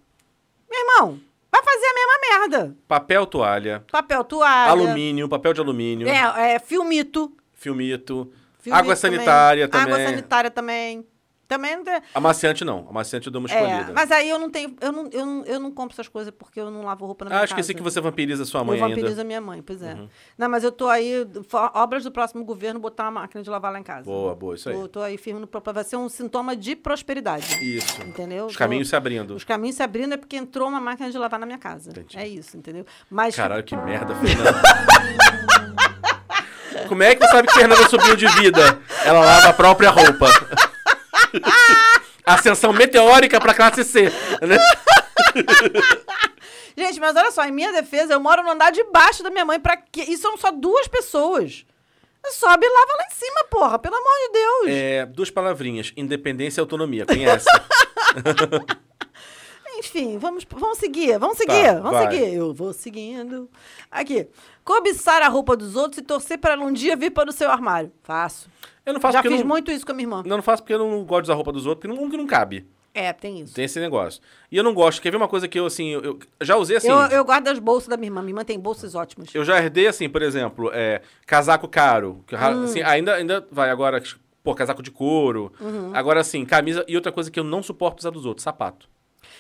Meu irmão, vai fazer a mesma merda. Papel toalha, Papel, toalha. alumínio, papel de alumínio, Ah, É, é, filmito. filmito, filmito Né? água sanitária também. Água sanitária também. Também não tem. Amaciante não. Amaciante eu dou uma É, escolhida. mas aí eu não tenho. Eu não, eu, não, eu não compro essas coisas porque eu não lavo roupa na minha ah, casa. esqueci que você vampiriza sua mãe eu vampirizo ainda. Uhum. a minha mãe, pois é. Não, mas eu tô aí, fo- obras do próximo governo, botar uma máquina de lavar lá em casa. Boa, boa, isso aí. Tô, tô aí firme no próprio. Vai ser um sintoma de prosperidade. Isso. Entendeu? Então, Os caminhos Tô- se abrindo. Os caminhos se abrindo é porque entrou uma máquina de lavar na minha casa. Entendi. É isso, entendeu? Mas. Caralho, que merda, Fernanda. Como é que você sabe que Fernanda subiu de vida? Ela lava a própria roupa. Ascensão meteórica pra classe C. né? Gente, mas olha só, em minha defesa, eu moro no andar de baixo da minha mãe. Pra quê? E são só duas pessoas. Sobe e lava lá em cima, porra. Pelo amor de Deus. É, duas palavrinhas: independência e autonomia. Conhece? Enfim, vamos, vamos seguir, vamos seguir, vamos Tá, vai. seguir. Eu vou seguindo. Aqui. Cobiçar a roupa dos outros e torcer para um dia vir para o seu armário. Faço. Eu não faço Já porque eu fiz não, muito isso com a minha irmã. não, não faço porque eu não gosto de usar roupa dos outros, porque não, um que não cabe. É, tem isso. Tem esse negócio. E eu não gosto. Quer ver uma coisa que eu, assim, eu, eu já usei assim. Eu, eu guardo as bolsas da minha irmã. Minha irmã tem bolsas ótimas. Eu já herdei, assim, por exemplo, é, casaco caro. que ra- Hum. assim, ainda, ainda vai agora, pô, casaco de couro. Uhum. Agora, assim, camisa. E outra coisa que eu não suporto usar dos outros, sapato.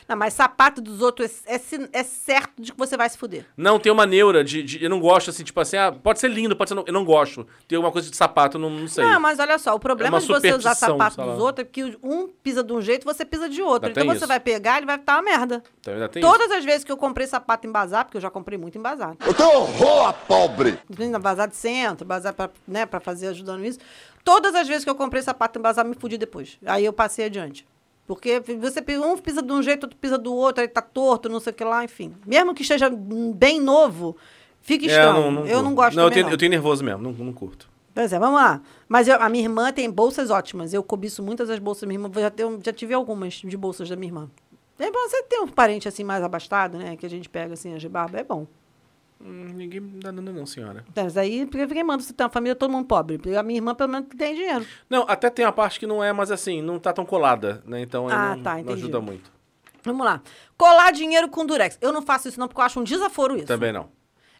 Não, mas sapato dos outros é, é, sin- é certo de que você vai se fuder. Não, tem uma neura de, de- Eu não gosto, assim, tipo assim, ah, pode ser lindo, pode ser. Não, eu não gosto. Tem alguma coisa de sapato, eu não, não sei. Não, mas olha só, o É problema uma de você usar superstição, sapato sei lá. dos outros é que um pisa de um jeito, você pisa de outro. Ainda Então tem você isso. vai pegar, ele vai estar uma merda. Então, ainda tem Todas as vezes que eu comprei sapato em bazar, porque eu já comprei muito em bazar, Eu tenho horror a pobre. na bazar de centro, bazar pra, né, pra fazer ajudando isso. Todas as vezes que eu comprei sapato em bazar, me fudi depois. Aí eu passei adiante. Porque você pi- um pisa de um jeito, outro pisa do outro, aí tá torto, não sei o que lá, enfim. Mesmo que esteja hum, bem novo, fica isso. estranho. É, eu, não, curto. gosto Não, eu também, tenho, não. eu tenho nervoso mesmo, não, não curto. Pois é, vamos lá. Mas eu- a minha irmã tem bolsas ótimas. Eu cobiço muitas das bolsas da minha irmã. Eu já, tenho- já tive algumas de bolsas da minha irmã. É bom você ter um parente assim mais abastado, né? Que a gente pega assim, a gebarba, é bom. Hum, Ninguém. Não, não, não, não, senhora. Mas aí, porque quem manda você ter uma família, todo mundo pobre. Porque A minha irmã, pelo menos, tem dinheiro. Não, até tem uma parte que não é, mas assim, não tá tão colada, né? Então aí Ah, não, tá, não entendi. ajuda muito. Vamos lá. Colar dinheiro com durex. Eu não faço isso, não, porque eu acho um desaforo isso. Também não.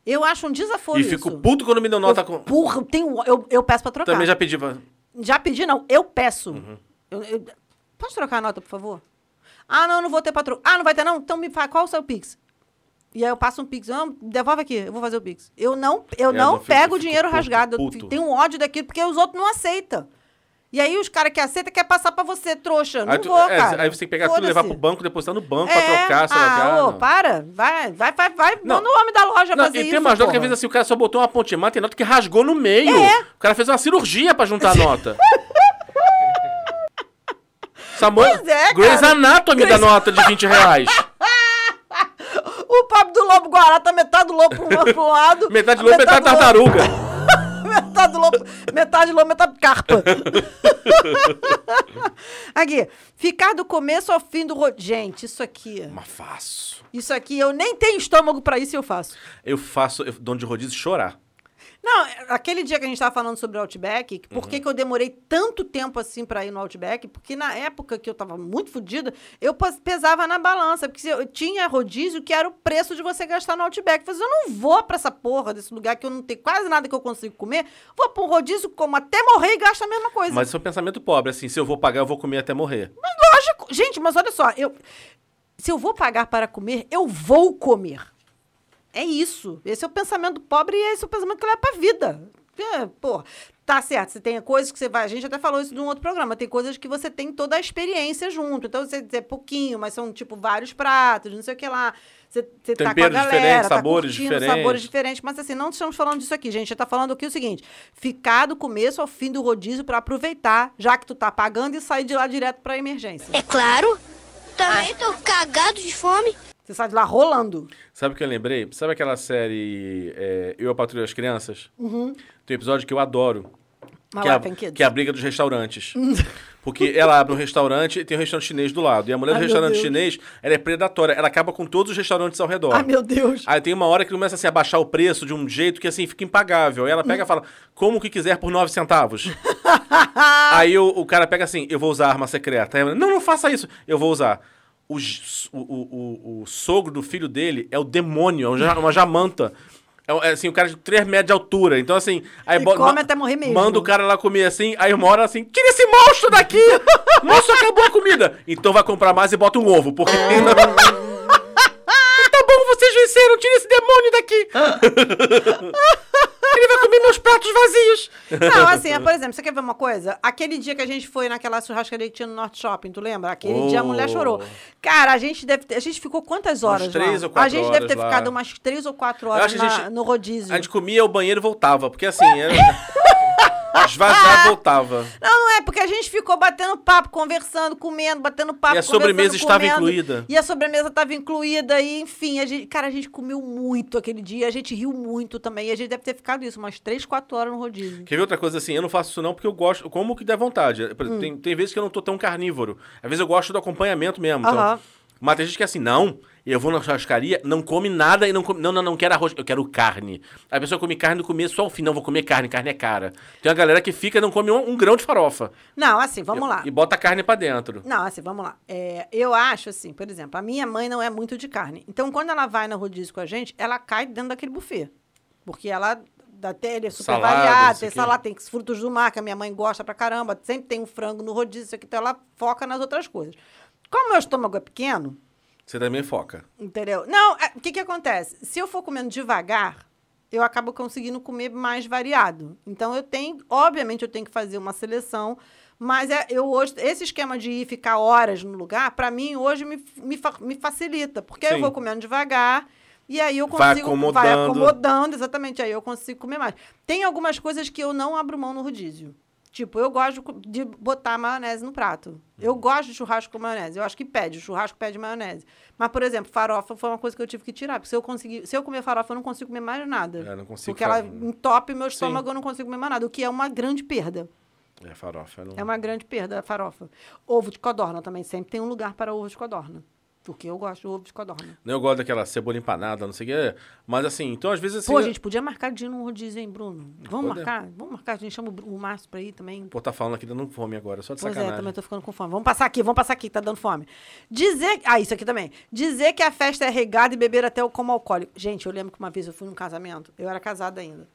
Eu acho um desaforo e isso. fico puto quando me dão nota eu, com. Porra, eu, tenho, eu, eu peço pra trocar. Também já pedi pra. Já pedi, não. Eu peço. Uhum. Eu- eu- Posso trocar a nota, por favor? Ah, não, não vou ter patrão. Ah, não vai ter, não? Então me faz. Qual o seu Pix? E aí eu passo um Pix. Não, devolve aqui, eu vou fazer o Pix. Eu não, eu É, não eu fico- pego eu o fico dinheiro puto, rasgado. Eu puto. fi- tenho um ódio daquilo, porque os outros não aceitam. E aí os caras que aceitam querem passar pra você, trouxa. Não Aí, tu- vou, é, cara. aí você tem que pegar tudo, levar pro Foda-se. banco, depositar no banco pra É, trocar, sei lá. o que, ah, ah, ô, não. para. Vai, vai, vai, vai. Não. Manda o homem da loja Não, fazer e isso, tem umas notas que porra. às vezes assim, o cara só botou uma ponte má, tem nota que rasgou no meio. É. O cara fez uma cirurgia pra juntar a nota. Samuel, Pois é, Grey's cara. Anatomy da nota de 20 reais. O papo do lobo guará tá metade do lobo pro, pro lado. Metade a lobo, metade do lobo- tartaruga. metade lobo, metade lobo, metade carpa. aqui, ficar do começo ao fim do roteiro. Gente, isso aqui, Mas faço. isso aqui, eu nem tenho estômago pra isso e eu faço. Eu faço eu, dono de rodízio chorar. Não, aquele dia que a gente tava falando sobre o Outback, que por que que eu demorei tanto tempo assim pra ir no Outback? Porque na época que eu tava muito fodida, eu pas- pesava na balança, porque se eu eu tinha rodízio que era o preço de você gastar no Outback. Eu falei, assim, eu não vou pra essa porra desse lugar que eu não tenho quase nada que eu consigo comer, vou pra um rodízio, como até morrer e gasto a mesma coisa. Mas isso é um pensamento pobre, assim, se eu vou pagar, eu vou comer até morrer. Lógico. Gente, mas olha só, eu se eu vou pagar para comer, eu vou comer. É isso. Esse é o pensamento do pobre e esse é o pensamento que leva pra vida. É, porra. Tá certo, você tem coisas que você vai. A gente até falou isso num outro programa. Tem coisas que você tem toda a experiência junto. Então, você é pouquinho, mas são, tipo, vários pratos, não sei o que lá. Você, você tá com a Temperos galera, diferentes, tá sabores curtindo, diferentes. sabores diferentes. Mas, assim, não estamos falando disso aqui, gente. Você tá falando aqui o seguinte: ficar do começo ao fim do rodízio pra aproveitar, já que tu tá pagando, e sair de lá direto pra emergência. É claro. Também tô cagado de fome. Você sai de lá rolando. Sabe o que eu lembrei? Sabe aquela série é, Eu, a Patrulha das Crianças? Uhum. Tem um episódio que eu adoro. Mas Que é, lá a, tem kids. que é a briga dos restaurantes. Porque ela abre um restaurante e tem um restaurante chinês do lado. E a mulher Ai, do meu restaurante Deus. chinês, ela é predatória. Ela acaba com todos os restaurantes ao redor. Ai, Ah, meu Deus. Aí tem uma hora que começa assim, a baixar o preço de um jeito que assim fica impagável. Aí ela pega e fala, como o que quiser por 9 centavos. Aí o, o cara pega assim, eu vou usar a arma secreta. Aí ela, não, não faça isso, eu vou usar. O, j- o, o, o- o sogro do filho dele é o demônio, é um ja- uma jamanta. É, um- é assim, o cara de 3 metros de altura. Então, assim. Aí E bo- come ma- até morrer mesmo. Manda o cara lá comer assim, aí uma hora assim, tira esse monstro daqui! Moço, acabou a comida! Então vai comprar mais e bota um ovo, porque. É. Tá bom, vocês venceram, tira esse demônio daqui! Ele vai comer meus pratos vazios! Não, assim, é, por exemplo, você quer ver uma coisa? Aquele dia que a gente foi naquela churrascaria que tinha no North Shopping, tu lembra? Aquele dia a mulher Oh. chorou. Cara, a gente deve ter, A gente ficou quantas horas três lá? ou quatro A gente deve horas ter lá. ficado umas três ou quatro Eu horas acho que a na- gente- no rodízio. A gente comia o banheiro e voltava, porque assim, era... esvaziar voltava. Não, não é, porque a gente ficou batendo papo, conversando, comendo, batendo papo, E a sobremesa conversando, estava comendo. incluída. E a sobremesa estava incluída, e enfim, a gente, cara, a gente comeu muito aquele dia, a gente riu muito também, e a gente deve ter ficado isso, umas três, quatro horas no rodízio. Quer ver outra coisa assim? Eu não faço isso não porque eu gosto, eu como o que der vontade. Por exemplo, tem, tem vezes que eu não tô tão carnívoro. Às vezes eu gosto do acompanhamento mesmo. então- Aham. Mas tem gente que é assim, não, eu vou na churrascaria, não come nada e não come. Não, não, não quero arroz, eu quero carne. A pessoa come carne do começo só ao fim, não, vou comer carne, carne é cara. Tem uma galera que fica e não come um, um grão de farofa. Não, assim, vamos lá. E bota a carne pra dentro. Não, assim, vamos lá. É, eu acho assim, por exemplo, a minha mãe não é muito de carne. Então, quando ela vai no rodízio com a gente, ela cai dentro daquele buffet. Porque ela da telha é super Salada, variada, isso tem aqui. salada, tem frutos do mar, que a minha mãe gosta pra caramba, sempre tem um frango no rodízio, isso aqui, então ela foca nas outras coisas. Como meu estômago é pequeno, Você também foca. Entendeu? Não, é, o que que acontece? Se eu for comendo devagar, eu acabo conseguindo comer mais variado. Então eu tenho, obviamente eu tenho que fazer uma seleção, mas é, eu hoje esse esquema de ir ficar horas no lugar, pra mim hoje me, me, fa- me facilita, porque eu Sim. vou comendo devagar e aí eu Vai consigo acomodando. acomodando, exatamente, aí eu consigo comer mais. Tem algumas coisas que eu não abro mão no rodízio. Tipo, eu gosto de co- de botar maionese no prato. Uhum. Eu gosto de churrasco com maionese. Eu acho que pede, o churrasco pede maionese. Mas, por exemplo, farofa foi uma coisa que eu tive que tirar. Porque se eu, conseguir, se eu comer farofa, eu não consigo comer mais nada. É, não consigo porque ela fazer. entope meu estômago, eu não consigo comer mais nada. O que é uma grande perda. É farofa, não. É uma grande perda a farofa. Ovo de codorna também. Sempre tem um lugar para ovo de codorna. Porque eu gosto de ovo de codorna. Eu gosto daquela cebola empanada, não sei o quê. Mas assim, então às vezes assim. Pô, eu- gente, podia marcar de ir num rodízio, hein, Bruno? Vamos Podemos. marcar? Vamos marcar. A gente chama o Bru- o Márcio pra ir também. Pô, tá falando aqui dando fome agora, só de Pois é, sacanagem. também tô ficando com fome. Vamos passar aqui, vamos passar aqui, tá dando fome. Dizer. Ah, isso aqui também. Dizer que a festa é regada e beber até o como alcoólico. Gente, eu lembro que uma vez eu fui num casamento, eu era casada ainda.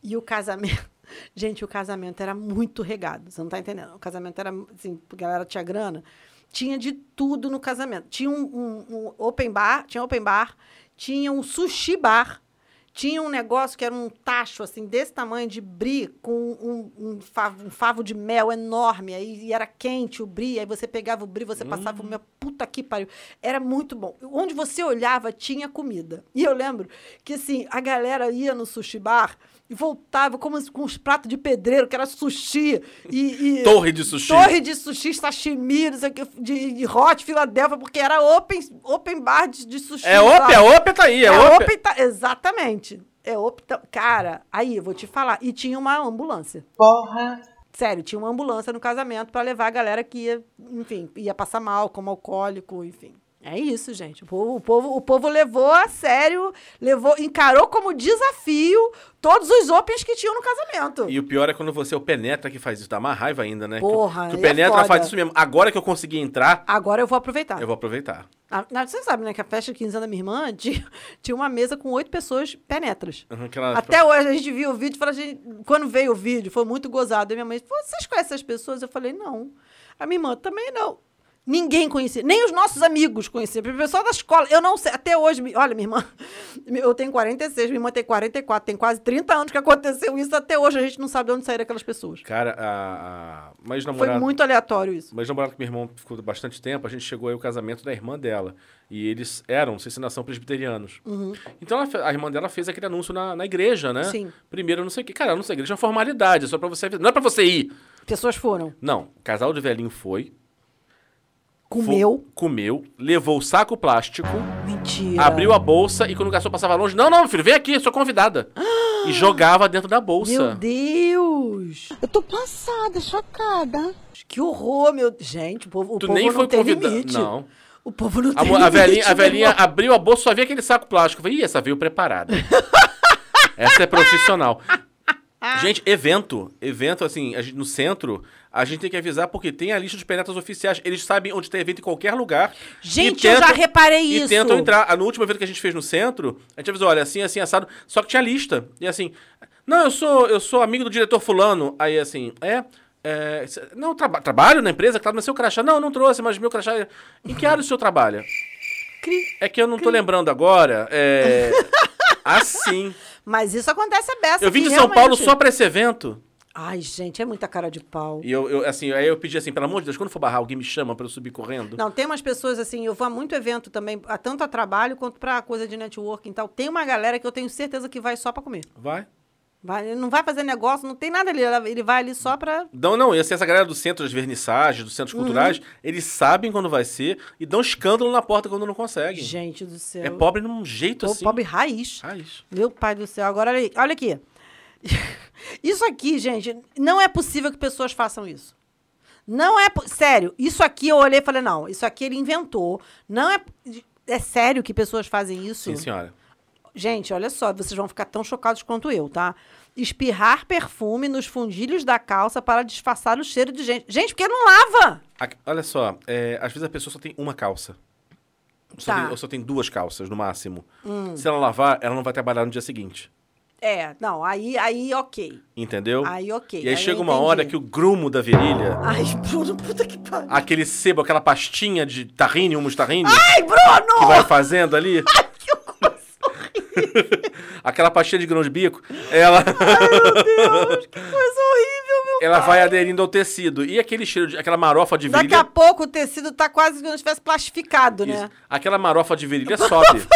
E o casamento. Gente, o casamento era muito regado. Você não tá entendendo? O casamento era, assim, a galera tinha grana. Tinha de tudo no casamento. Tinha um, um- um open bar, tinha open bar, tinha um sushi bar. Tinha um negócio que era um tacho, assim, desse tamanho de brie, com um, um favo, um favo de mel enorme, aí e era quente o brie, aí você pegava o brie, você passava o mel, puta que pariu. Era muito bom. Onde você olhava, tinha comida. E eu lembro que, assim, a galera ia no sushi bar e voltava como se- com os pratos de pedreiro, que era sushi e... e- Torre de sushi. Torre de sushi, sashimi, não sei o que, de, de hot, Filadélfia, porque era open, open bar de, de sushi. É opa, sabe? é opa, tá aí, é, É, opa. opta- Exatamente. É opta... Cara, aí, eu vou te falar. E tinha uma ambulância. Porra. Sério, tinha uma ambulância no casamento pra levar a galera que ia, enfim, ia passar mal, como alcoólico, enfim. É isso, gente. O povo, o povo, o povo levou a sério, levou, encarou como desafio todos os opens que tinham no casamento. E o pior é quando você é o penetra que faz isso. Dá uma raiva ainda, né? Que- Porra, que, o aí é penetra foda. faz isso mesmo. Agora que eu consegui entrar, Agora eu vou aproveitar. eu vou aproveitar. Ah, não, você sabe, né, que a festa de 15 anos da minha irmã tinha, tinha uma mesa com oito pessoas penetras. Uhum, aquela- Até hoje a gente viu o vídeo e falou, gente, quando veio o vídeo, foi muito gozado. E minha mãe, vocês conhecem essas pessoas? Eu falei, não. A minha irmã também não. Ninguém conhecia, nem os nossos amigos conheciam, o pessoal da escola. Eu não sei, até hoje, mi- olha, minha irmã, eu tenho 46, minha irmã tem 44, tem quase 30 anos que aconteceu isso, até hoje a gente não sabe de onde saíram aquelas pessoas. Cara, a, a... mas Foi namorada... muito aleatório isso. Mas namorado com meu irmão ficou bastante tempo, a gente chegou aí ao casamento da irmã dela. E eles eram, se nação presbiterianos. Então ela fe- a irmã dela fez aquele anúncio na, na igreja, né? Uhum. Sim. Primeiro, não sei o quê. Cara, não sei, igreja é uma formalidade, é só pra você. Não é pra você ir! Pessoas foram. Não, o casal de velhinho foi. fo- Comeu. Comeu, levou o saco plástico, Mentira. abriu a bolsa e quando o garçom passava longe, não, não, filho, vem aqui, sou convidada. e jogava dentro da bolsa. Meu Deus! Eu tô passada, chocada. Que horror, meu. Gente, o povo, o Tu povo nem não foi tem convida- limite. não. O povo não A, tem mo- a limite. velhinha, a meu velhinha irmão. abriu a bolsa, só via aquele saco plástico. Eu Falei, Ih, essa veio preparada. essa é profissional. Ah. Gente, evento. Evento, assim, a gente- no centro, a gente tem que avisar porque tem a lista dos penetras oficiais. Eles sabem onde tem evento em qualquer lugar. e Gente, eu já reparei isso. E tentam entrar. Ah, No último evento que a gente fez no centro, a gente avisou, olha, assim, assim, assado. Só que tinha lista. E assim, não, eu sou, eu sou amigo do diretor fulano. Aí assim, é... é, cê- não, traba- trabalho na empresa, claro, mas seu crachá. Não, não trouxe, mas meu crachá. é-" Em que área o senhor trabalha? Cri- É que eu não tô lembrando agora. É. assim. Mas isso acontece a beça. Eu vim que de São Paulo realmente- só pra esse evento. Ai, gente, é muita cara de pau. E eu, eu, assim, aí eu pedi assim, pelo amor de Deus, quando for barrar, alguém me chama pra eu subir correndo. Não, tem umas pessoas assim, eu vou a muito evento também, a- tanto a trabalho quanto pra coisa de networking e tal. Tem uma galera que eu tenho certeza que vai só pra comer. Vai. Vai, ele não vai fazer negócio, não tem nada ali. ela- Ele vai ali só pra. Não, não, e assim, essa galera do centro das vernissagens, dos Uhum. centros culturais, eles sabem quando vai ser e dão escândalo na porta quando não conseguem. Gente do céu. é pobre num jeito Pô, assim. Pobre raiz. Raiz. Meu pai do céu. Agora, olha, aí, olha aqui. Isso aqui, gente, não é possível que pessoas façam isso. Não é. po- Sério, isso aqui eu olhei e falei, não, isso aqui ele inventou. Não é. É sério que pessoas fazem isso? Sim, senhora. Gente, olha só, vocês vão ficar tão chocados quanto eu, tá? Espirrar perfume nos fundilhos da calça para disfarçar o cheiro de gente. Gente, porque não lava! A- olha só, é, às vezes a pessoa só tem uma calça. Só Tá. Hum. tem- ou só tem duas calças, no máximo. Se ela lavar, ela não vai trabalhar no dia seguinte. É, não, aí, aí, ok. Entendeu? Aí, ok, E aí, aí eu chega uma entendi. Ah. hora que o grumo da virilha, Ai, Bruno, puta que pariu. aquele sebo, aquela pastinha de tarrine, humus tarrine, Ai, Bruno! que vai fazendo ali, Que coisa aquela pastinha de grão de bico, ela, horrível, meu ela vai aderindo ao tecido. E aquele cheiro, de, aquela marofa de Daqui virilha, a pouco o tecido tá quase como se tivesse plastificado, né? isso, aquela marofa de virilha sobe.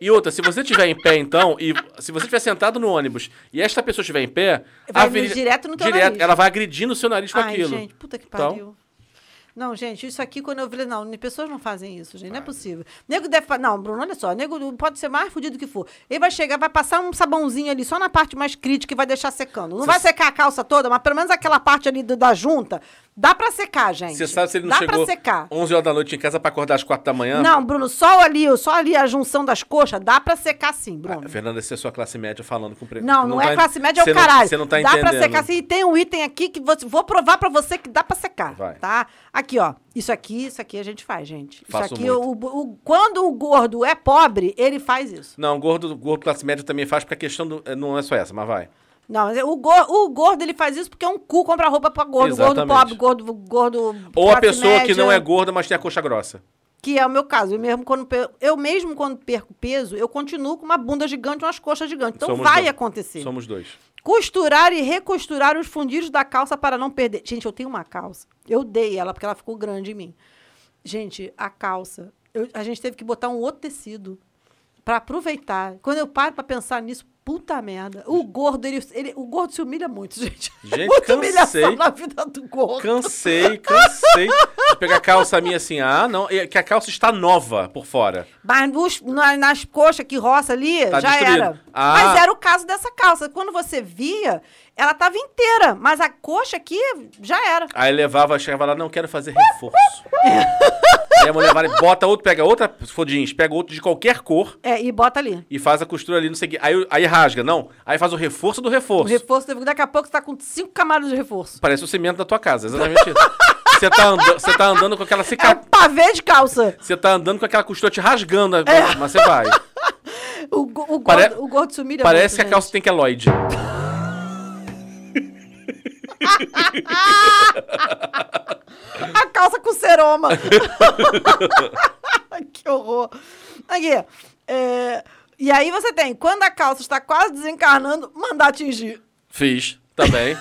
E outra, se você estiver em pé, então, e se você estiver sentado no ônibus e esta pessoa estiver em pé, Vai direto no teu nariz. ela vai agredindo o seu nariz com Ai, aquilo. gente, puta que Então, pariu. Não, gente, isso aqui quando eu vi, não, pessoas não fazem isso, gente, não é possível. Nego deve, fa- não, Bruno, olha só, nego pode ser mais fudido que for. Ele vai chegar, vai passar um sabãozinho ali só na parte mais crítica e vai deixar secando. Não vai secar a calça toda, mas pelo menos aquela parte ali do- da junta, dá pra secar, gente. você sabe se ele não dá chegou pra secar. 11 horas da noite em casa pra acordar às 4 da manhã? Não, Bruno, só ali, só ali a junção das coxas, dá pra secar sim, Bruno. Fernanda, essa é sua classe média falando com... pre- Não, não, é tá- classe média, é você o não- caralho. Você não tá dá entendendo. pra secar assim. E tem um item aqui que você- vou provar pra você que dá pra secar. Vai. Tá? Aqui, ó. Isso aqui, isso aqui a gente faz, gente. Faço isso aqui, muito. o- o- quando o gordo é pobre, ele faz isso. Não, gordo, gordo classe média também faz, porque a questão do- é, não é só essa, mas vai. Não, mas o, gor- o gordo ele faz isso porque é um cu compra roupa pra gordo. Exatamente. Gordo pobre, gordo. gordo Ou a classe pessoa que média, não é gorda, mas tem a coxa grossa. Que é o meu caso. Eu mesmo quando, pe- eu mesmo quando perco peso, eu continuo com uma bunda gigante, umas coxas gigantes. Então Somos vai dois. acontecer. Somos dois. Costurar e recosturar os fundilhos da calça para não perder. Gente, eu tenho uma calça. Eu dei ela porque ela ficou grande em mim. Gente, a calça. eu- a gente teve que botar um outro tecido para aproveitar. Quando eu paro para pensar nisso, puta merda. O gordo, ele, ele- o gordo se humilha muito, gente. Gente, Muita cansei. humilhação na vida do gordo. Cansei, cansei de pegar a calça minha assim, ah, não, é que a calça está nova por fora. Mas nos- na- nas coxas que roça ali, Tá já destruído. era. Ah. Mas era o caso dessa calça. Quando você via, ela tava inteira. Mas a coxa aqui já era. Aí levava, chegava lá, não quero fazer reforço. Aí a mulher vai, bota outro, pega outra, se for jeans, pega outro de qualquer cor É, e bota ali. e faz a costura ali, não sei o quê. Aí, aí rasga, não. Aí faz o reforço do O reforço. reforço, teve- daqui a pouco você tá com cinco camadas de reforço. Parece o cimento da tua casa, exatamente isso. Você tá, anda- você tá andando com aquela É um cicatriz. pavê de calça. Você tá andando com aquela costura te rasgando, É. mas você vai. O, go- o, Pare- gordo, o gordo se humilha Parece que a muito, calça tem queloide. gente. A calça. calça com ceroma. que horror. Aqui. é, E aí você tem, quando a calça está quase desencarnando, mandar atingir. Fiz, tá bem.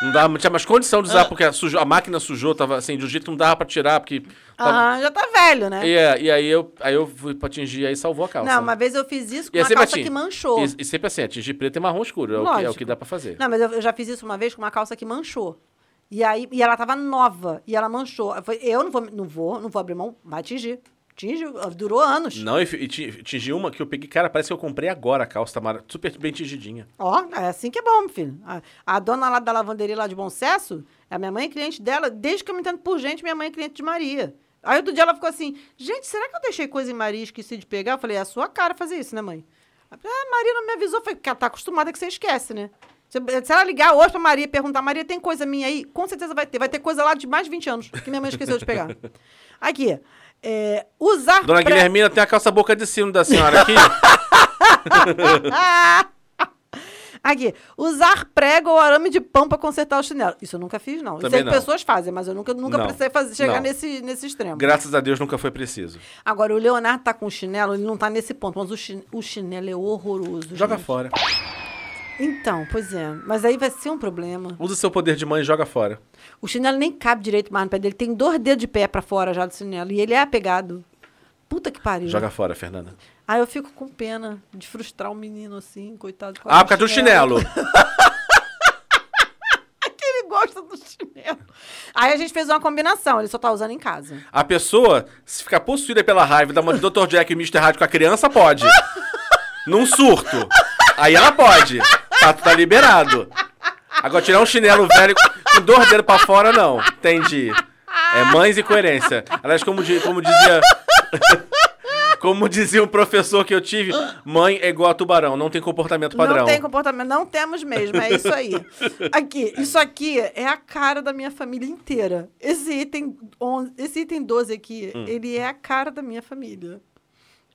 Não dava, não tinha mais condição Ah. de usar, porque a, sujou- a máquina sujou, tava assim, de um jeito que não dava pra tirar, porque. tava- Aham, já tá velho, né? E, é, e aí, eu, aí eu fui pra atingir, aí salvou a calça. Não, uma vez eu fiz isso com E é uma sempre calça assim, que manchou. E, e sempre assim, atingir preto e marrom escuro. É o, que, é o Lógico. que dá pra fazer. Não, mas eu, eu já fiz isso uma vez com uma calça que manchou. E aí, e ela tava nova, e ela manchou. Eu, falei, eu não vou, não vou, não vou abrir mão, vai atingir. Tingiu, durou anos. Não, e, fi- e ti- tingi uma que eu peguei. Cara, parece que eu comprei agora a calça, tá mara- super bem tingidinha. Ó, é assim que é bom, filho. A, a dona lá da lavanderia lá de Bom Sucesso, a minha mãe é cliente dela, desde que eu me entendo por gente, minha mãe é cliente de Maria. Aí outro dia ela ficou assim, gente, será que eu deixei coisa em Maria e esqueci de pegar? Eu falei, é a sua cara fazer isso, né, mãe? Ela, Ah, Maria não me avisou, foi porque ela tá acostumada que você esquece, né? Se, se ela ligar hoje pra Maria e perguntar, Maria, tem coisa minha aí? Com certeza vai ter. Vai ter coisa lá de mais de 20 anos que minha mãe esqueceu de pegar. Aqui. é, usar Dona pré- Guilhermina tem a calça boca de sino da senhora aqui. Aqui, usar prego ou arame de pão pra consertar o chinelo. Isso eu nunca fiz, não. Também Isso não. aí pessoas fazem, mas eu nunca, nunca Não. precisei fazer, chegar Não. nesse, nesse extremo. Graças a Deus nunca foi preciso. Agora, o Leonardo tá com chinelo, ele não tá nesse ponto, mas o, chi- o chinelo é horroroso. Joga gente. fora. Então, pois é. Mas aí vai ser um problema. Usa seu poder de mãe e joga fora. O chinelo nem cabe direito mais no pé dele. Tem dois dedos de pé pra fora já do chinelo. E ele é apegado. Puta que pariu. Joga fora, Fernanda. Aí eu fico com pena de frustrar o menino assim, coitado. com Ah, por causa do chinelo. Ele gosta do chinelo. Aí a gente fez uma combinação, ele só tá usando em casa. A pessoa, se ficar possuída pela raiva da mãe de Dr. Jack e Mr. Hyde com a criança, pode. Num surto. Aí ela pode. Tá, tá liberado. Agora, tirar um chinelo velho com dois dedos pra fora, não. Entendi. É mães e coerência. Aliás, como, di- como dizia... Como dizia um professor que eu tive, mãe é igual a tubarão, não tem comportamento padrão. Não tem comportamento, não temos mesmo, é isso aí. Aqui, isso aqui é a cara da minha família inteira. Esse item, 11, esse item 12 aqui, ele é a cara da minha família.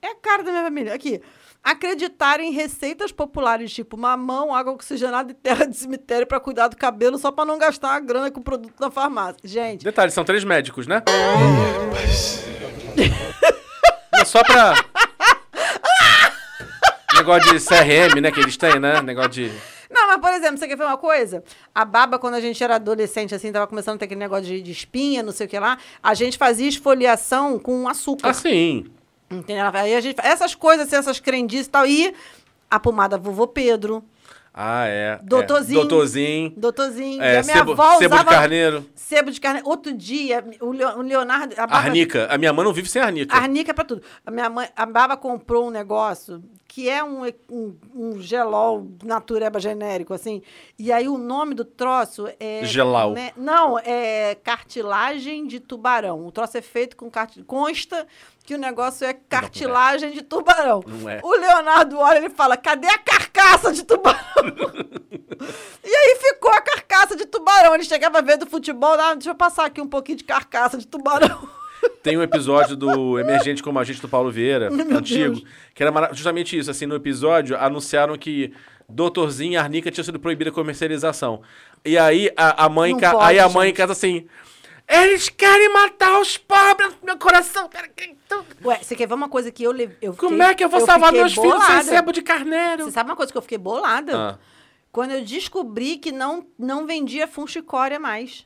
É a cara da minha família. Aqui, acreditar em receitas populares, tipo mamão, água oxigenada e terra de cemitério pra cuidar do cabelo, só pra não gastar uma grana com produto na farmácia. Gente, Detalhe, são três médicos, né? É só pra. Negócio de CRM, né? Que eles têm, né? Negócio de. Não, mas, por exemplo, você quer ver uma coisa? A baba, quando a gente era adolescente, assim, tava começando a ter aquele negócio de, de espinha, não sei o que lá, a gente fazia esfoliação com açúcar. Assim. Entendeu? Aí a gente, essas coisas, assim, essas crendices e tal. E a pomada vovô Pedro, Ah, é. Doutorzinho. É. Doutorzinho. doutorzinho. É, e a minha sebo- avó sebo de usava... carneiro. Sebo de carneiro. Outro dia, o Leo- o Leonardo... A baba- Arnica. A minha mãe não vive sem arnica. Arnica é pra tudo. A minha mãe, a Baba comprou um negócio que é um, um, um gelol natureba genérico, assim. E aí o nome do troço é. Gelal. né? Não, é cartilagem de tubarão. O troço é feito com cartilagem. Consta que o negócio é cartilagem de tubarão. Não é. O Leonardo olha ele fala: cadê a carcaça de tubarão? E aí ficou a carcaça de tubarão. Ele chegava a ver do futebol, ah, deixa eu passar aqui um pouquinho de carcaça de tubarão. Tem um episódio do Emergente como Agente do Paulo Vieira, Meu antigo, Deus. que era mara- justamente isso. Assim, no episódio, anunciaram que Doutorzinho e Arnica tinha sido proibida a comercialização. E aí a, a mãe, Não ca- pode, aí a mãe em gente. casa assim. Eles querem matar os pobres, meu coração. pera que- então, Ué, você quer ver uma coisa que eu levei. Eu Como fiquei- é que eu vou salvar fiquei meus filhos sem bolada? sebo de carneiro? Você sabe uma coisa que eu fiquei bolada? Ah. Quando eu descobri que não, não vendia fuchicória mais.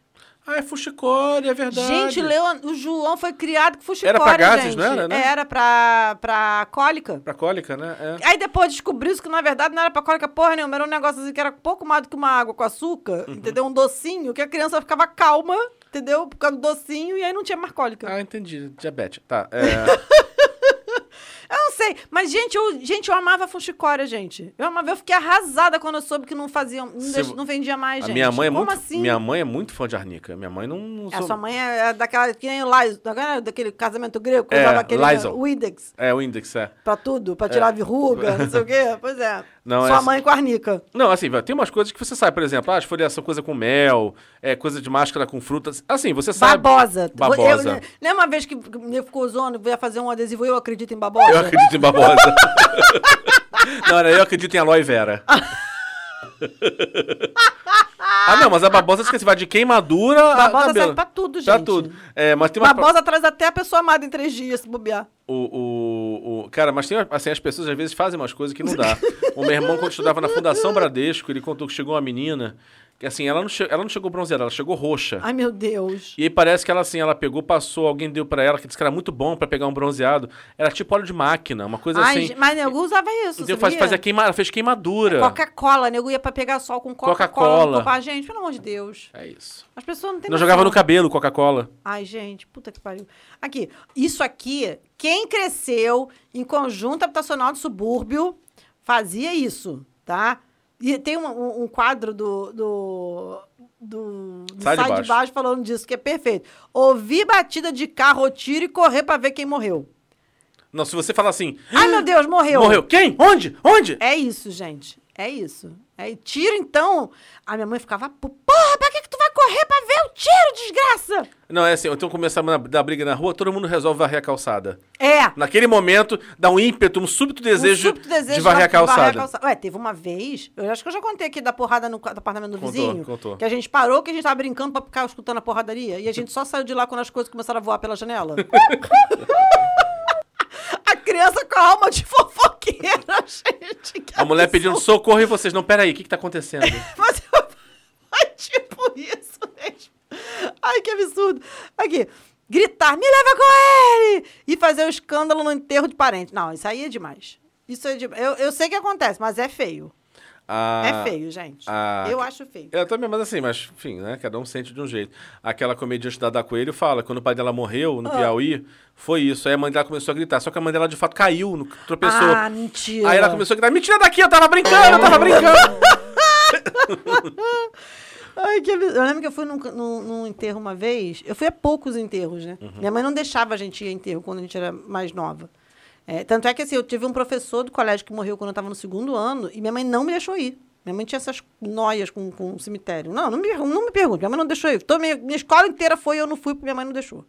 Ah, é fuxicore, é verdade. Gente, Leon, o João foi criado com fuchicória, Era pra gases, gente. não era, né? Era pra, pra cólica. Pra cólica, né? É. Aí depois descobriu-se que, na verdade, não era pra cólica porra nenhuma. Era um negócio assim que era pouco mais do que uma água com Uhum. açúcar, entendeu? Um docinho, que a criança ficava calma, entendeu? Por causa do docinho, e aí não tinha mais cólica. Ah, entendi. Diabetes. Tá. É... Eu não sei, mas gente, eu, gente, eu amava a fuxicória, gente. Eu amava, eu fiquei arrasada quando eu soube que não faziam, não, Se deix- vo- não vendia mais, a gente. minha mãe é Como muito. assim? Minha mãe é muito fã de Arnica. Minha mãe não. não A sou- sua mãe é é daquela, que nem o Lysol, agora é daquele casamento grego, que É, usava aquele Lysol. o Widex É o índex, é. pra tudo, pra tirar verruga, não sei o quê. Pois é. Não, sua essa- mãe com arnica. Não, assim, vai, tem umas coisas que você sabe, por exemplo, ah, esfoliação, coisa com mel, é, coisa de máscara com frutas. Assim, você sabe. Babosa. Babosa. Eu, lembra uma vez que me ficou usando, ia fazer um adesivo, eu acredito em babosa? Eu acredito em babosa. Não, era eu acredito em aloe vera. Ah, não, mas a babosa esquece, vai de queimadura a Babosa cabelo. serve pra tudo, Pra gente. tudo. É, mas tem uma... Babosa traz até a pessoa amada em três dias, se bobear. O, o, o- cara, mas tem assim, as pessoas às vezes fazem umas coisas que não dá. o meu irmão, quando estudava na Fundação Bradesco, ele contou que chegou uma menina, que assim, ela não, che- ela não chegou bronzeada, ela chegou roxa. Ai, meu Deus. E aí parece que ela assim, ela pegou, passou, alguém deu pra ela, que disse que era muito bom pra pegar um bronzeado. Era tipo óleo de máquina, uma coisa Ai, assim. gente, mas nego usava isso, sabia? Então É faz, fazia queima, ela fez queimadura. Coca-Cola, nego ia pra pegar sol com Coca-Cola. Coca-Cola. Copa- Gente, pelo amor de Deus. É isso. As pessoas não têm Não noção. jogava no cabelo Coca-Cola. Ai, gente, puta que pariu. Aqui, isso aqui, quem cresceu em conjunto habitacional de subúrbio fazia isso, tá? E tem um, um- um quadro do, do, do, do Sai de Sai Baixo. falando disso, que é perfeito. Ouvir batida de carro, tiro e correr pra ver quem morreu. Não, se você falar assim, Ai, meu Deus, morreu. morreu. Quem? Onde? Onde? É isso, gente. É isso. É, e tiro, então. A minha mãe ficava, "Pô, porra, pra que, que tu vai correr pra ver o tiro, desgraça? Não, é assim, então começamos a dar briga na rua, todo mundo resolve varrer a calçada. É. Naquele momento, dá um ímpeto, um súbito desejo, Um súbito desejo de varrer a calçada. Ué, teve uma vez, eu acho que eu já contei aqui da porrada no, qua- do apartamento do Contou, vizinho. contou. Que a gente parou, que a gente tava brincando pra ficar escutando a porradaria. E a gente só saiu de lá quando as coisas começaram a voar pela janela. a criança com a alma de fofoqueira, gente. que A mulher absurdo. pedindo socorro e vocês, não, peraí, o que que tá acontecendo? Mas eu- é tipo isso mesmo. Ai, que absurdo. Aqui. Gritar, me leva com ele! E fazer o escândalo no enterro de parente. Não, isso aí é demais. Isso é demais. Eu, eu sei que acontece, mas é feio. Ah, é feio, gente. ah, eu acho feio. Eu também, mas assim, mas enfim, né? Cada um sente de um jeito. Aquela comediante Dada Coelho fala, quando o pai dela morreu Ah. no Piauí, foi isso. Aí a mãe dela começou a gritar. Só que a mãe dela de fato caiu, no- tropeçou. Ah, mentira. Aí ela começou a gritar: Me tira daqui, eu tava brincando, eu tava brincando. Ai, que absurdo. Eu lembro que eu fui num, num- num enterro uma vez. Eu fui a poucos enterros, né? Minha mãe não deixava a gente ir a enterro quando a gente era mais nova. É, tanto é que assim, eu tive um professor do colégio que morreu quando eu estava no segundo ano e minha mãe não me deixou ir. Minha mãe tinha essas noias com, com o cemitério. Não, não me, não me pergunte. Minha mãe não deixou ir. Toda minha, minha escola inteira foi, eu não fui porque minha mãe não deixou.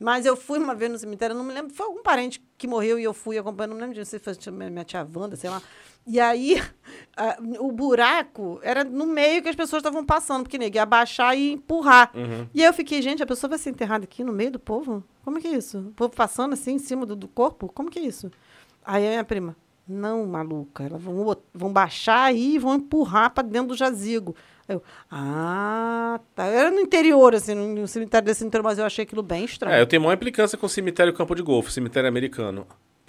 Mas eu fui uma vez no cemitério, eu não me lembro, foi algum parente que morreu e eu fui acompanhando, não lembro de se foi minha minha tia Wanda, sei lá. E aí, a- o buraco era no meio que as pessoas estavam passando, porque nego ia abaixar e empurrar. E aí eu fiquei, gente, a pessoa vai ser enterrada aqui no meio do povo? Como que é isso? O povo passando assim em cima do, do corpo? Como que é isso? Aí a minha prima, não, maluca, elas vão, bot- vão baixar aí e vão empurrar para dentro do jazigo. Aí Eu, ah, tá. Era no interior, assim, no cemitério desse interior, mas eu achei aquilo bem estranho. é, eu tenho maior implicância com cemitério campo de golfe, cemitério americano.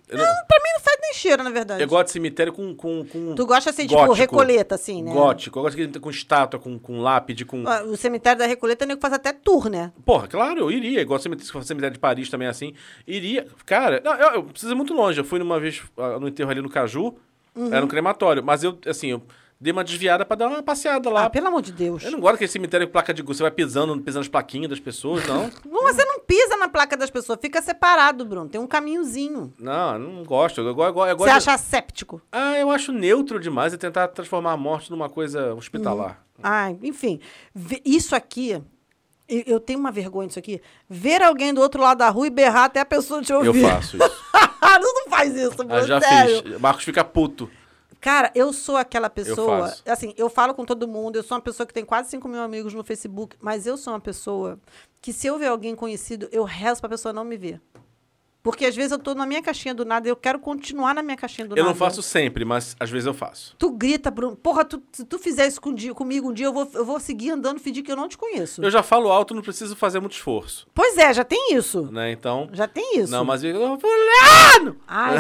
Eu, não- Pra mim não faz nem cheiro, na verdade. eu gosto de cemitério com. com, com Tu gosta assim, tipo, Recoleta, assim, né? Gótico. Eu gosto de tá com estátua, com, com lápide, com. Ah, O cemitério da Recoleta, nego faz até tour, né? Porra, claro, eu iria. Igual se fosse o cemitério de Paris também é assim. Iria. Cara, não, eu, eu preciso ir muito longe. Eu fui numa vez ah, no enterro ali no Caju, Uhum. era um crematório. Mas eu, assim, eu dei uma desviada pra dar uma passeada lá. Ah, pelo amor de Deus. Eu não gosto daquele cemitério com placa de gol. Você vai pisando, pisando as plaquinhas das pessoas, não. Não, Você não pisa na placa das pessoas, fica separado, Bruno. Tem um caminhozinho. não, eu não gosto. Eu, go- eu, go- eu Você gosto. de- acha séptico. Ah, eu acho neutro demais e tentar transformar a morte numa coisa hospitalar. Ah, enfim. Ve- Isso aqui. e- Eu tenho uma vergonha disso aqui. Ver alguém do outro lado da rua e berrar até a pessoa te Eu ouvir. faço isso. não, Uhum. não faz isso, Ah, Bruno. já sério. fiz. Marcos fica puto. Cara, eu sou aquela pessoa. faço. assim, eu falo com todo mundo, eu sou uma pessoa que tem quase 5 mil amigos no Facebook, mas eu sou uma pessoa que, se eu ver alguém conhecido, eu rezo pra pessoa não me ver. Porque às vezes eu tô na minha caixinha do nada e eu quero continuar na minha caixinha do eu nada. não faço sempre, mas às vezes eu faço. Tu grita, Bruno. Porra, tu- se tu fizer isso com um dia- comigo um dia, eu vou, eu vou seguir andando e fingir que eu não te conheço. Eu já falo alto, não preciso fazer muito esforço, Pois é, já tem isso. né? Então. Já tem isso. Não, mas eu eu- fulano! Ai,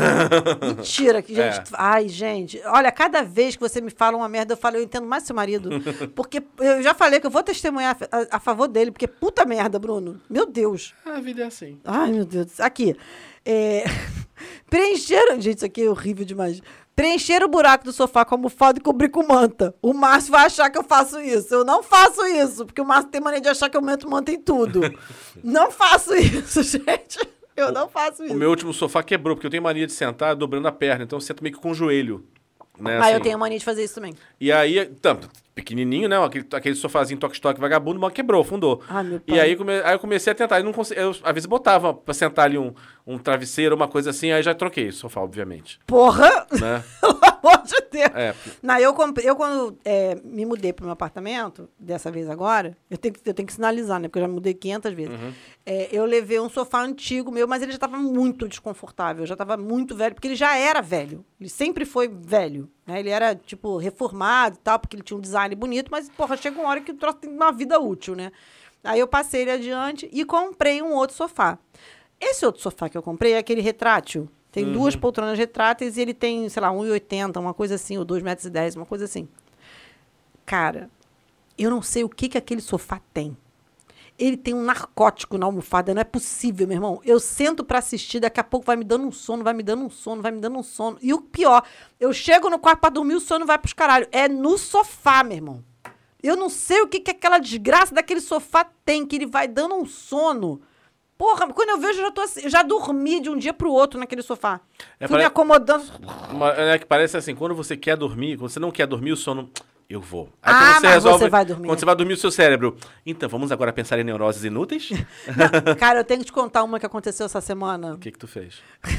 mentira, que gente. É. Ai, gente. Olha, cada vez que você me fala uma merda, eu falo, eu entendo mais seu marido. Porque eu já falei que eu vou testemunhar a, a- a favor dele, porque puta merda, Bruno. Meu Deus. A vida é assim. Ai, meu Deus. do céu. Aqui. É... Preencher. Gente, isso aqui é horrível demais. Preencher o buraco do sofá com almofada e cobrir com manta. O Márcio vai achar que eu faço isso. Eu não faço isso, porque o Márcio tem mania de achar que eu meto manta em tudo. não faço isso, gente. Eu não faço isso. O meu último sofá quebrou, porque eu tenho mania de sentar dobrando a perna, então eu sento meio que com o joelho. Né, Ah, eu assim. tenho mania de fazer isso também. E aí, tanto, pequenininho, né? Aquele, aquele sofazinho toque-toque vagabundo, mas quebrou, afundou. Ai, Ah, meu e pai. aí, come- aí eu comecei a tentar. Eu não consegui, eu, às vezes botava pra sentar ali um, um travesseiro, uma coisa assim, aí já troquei o sofá, obviamente. Porra! Né? amor de Deus. É. Não, eu, comprei, eu quando é, me mudei pro meu apartamento, dessa vez agora, eu tenho, que, eu tenho que sinalizar, né? Porque eu já me mudei 500 vezes. Uhum. É, eu levei um sofá antigo meu, mas ele já estava muito desconfortável, já estava muito velho, porque ele já era velho. Ele sempre foi velho. Né? Ele era, tipo, reformado e tal, porque ele tinha um design bonito, mas, porra, chega uma hora que o troço tem uma vida útil, né? Aí eu passei ele adiante e comprei um outro sofá. Esse outro sofá que eu comprei é aquele retrátil. Tem duas poltronas retráteis e ele tem, sei lá, 1,80, uma coisa assim, ou 2,10m, uma coisa assim. Cara, eu não sei o que, que aquele sofá tem. Ele tem um narcótico na almofada, não é possível, meu irmão. Eu sento pra assistir, daqui a pouco vai me dando um sono, vai me dando um sono, vai me dando um sono. E o pior, eu chego no quarto pra dormir, o sono vai pros caralho. É no sofá, meu irmão. Eu não sei o que, que aquela desgraça daquele sofá tem, que ele vai dando um sono. Porra, quando eu vejo, eu já, tô assim, eu já dormi de um dia pro outro naquele sofá. É, Fui pare- me acomodando. Uma- é que parece assim, quando você quer dormir, quando você não quer dormir, o sono. Eu vou. Ah, quando mas você vai dormir. Quando você vai dormir, o seu cérebro. Então, vamos agora pensar em neuroses inúteis? Não, cara, eu tenho que te contar uma que aconteceu essa semana. o que que tu fez?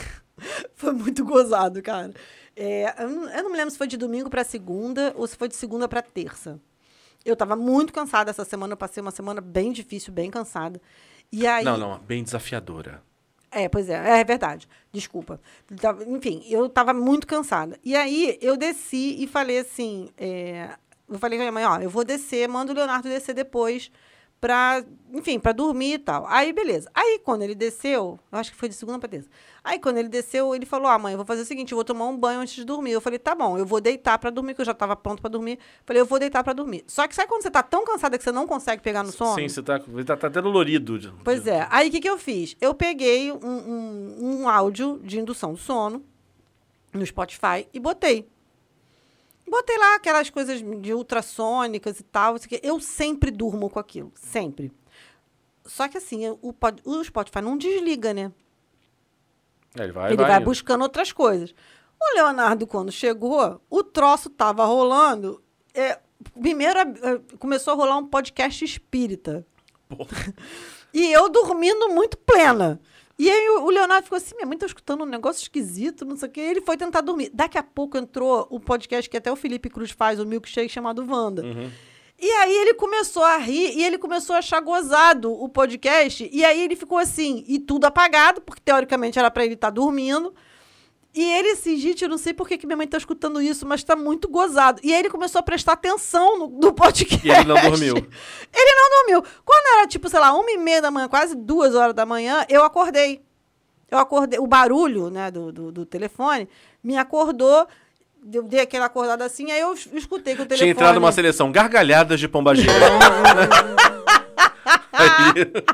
Foi muito gozado, cara. É, eu, não, eu não me lembro se foi de domingo pra segunda ou se foi de segunda pra terça. Eu tava muito cansada essa semana, eu passei uma semana bem difícil, bem cansada. E aí. Não, não, bem desafiadora. É, pois é, é verdade. Desculpa. Tava- Enfim, eu tava muito cansada. E aí eu desci e falei assim: é, eu falei com a minha mãe, ó, eu vou descer, mando o Leonardo descer depois pra, enfim, pra dormir e tal. Aí, beleza. Aí quando ele desceu, eu acho que foi de segunda pra terça. Aí quando ele desceu, ele falou: ó, mãe, eu vou fazer o seguinte, eu vou tomar um banho antes de dormir. Eu falei: tá bom, eu vou deitar pra dormir, que eu já tava pronto pra dormir. Falei: eu vou deitar pra dormir. Só que sabe quando você tá tão cansada que você não consegue pegar no sono? Sim, você tá, você tá, tá dolorido. de- Pois é. Aí o que, que eu fiz? Eu peguei um, um, um áudio de indução do sono no Spotify e botei. Botei lá aquelas coisas de ultrassônicas e tal. não sei o quê. Eu sempre durmo com aquilo. Sempre. Só que assim, o, pod- o Spotify não desliga, né? É, ele vai, ele vai, indo. buscando outras coisas. O Leonardo, quando chegou, o troço tava rolando. é, primeiro é, começou a rolar um podcast espírita. E eu dormindo muito plena. E aí o o Leonardo ficou assim, minha mãe tá escutando um negócio esquisito, não sei o quê. Ele foi tentar dormir. Daqui a pouco entrou o podcast que até o Felipe Cruz faz, o Milkshake, chamado Wanda. Uhum. E aí ele começou a rir e ele começou a achar gozado o podcast. E aí ele ficou assim, e tudo apagado, porque teoricamente era pra ele estar dormindo. E ele assim, gente, eu não sei por que, que minha mãe tá escutando isso, mas tá muito gozado. E aí ele começou a prestar atenção no, no podcast. E ele não dormiu. Ele não dormiu. Quando era, tipo, sei lá, uma e meia da manhã, quase duas horas da manhã, eu acordei. Eu acordei. O barulho, né, do, do, do telefone me acordou. Eu dei aquela acordada assim, aí eu es- escutei que o telefone... Tinha entrado uma seleção gargalhadas de pombagira. Aí-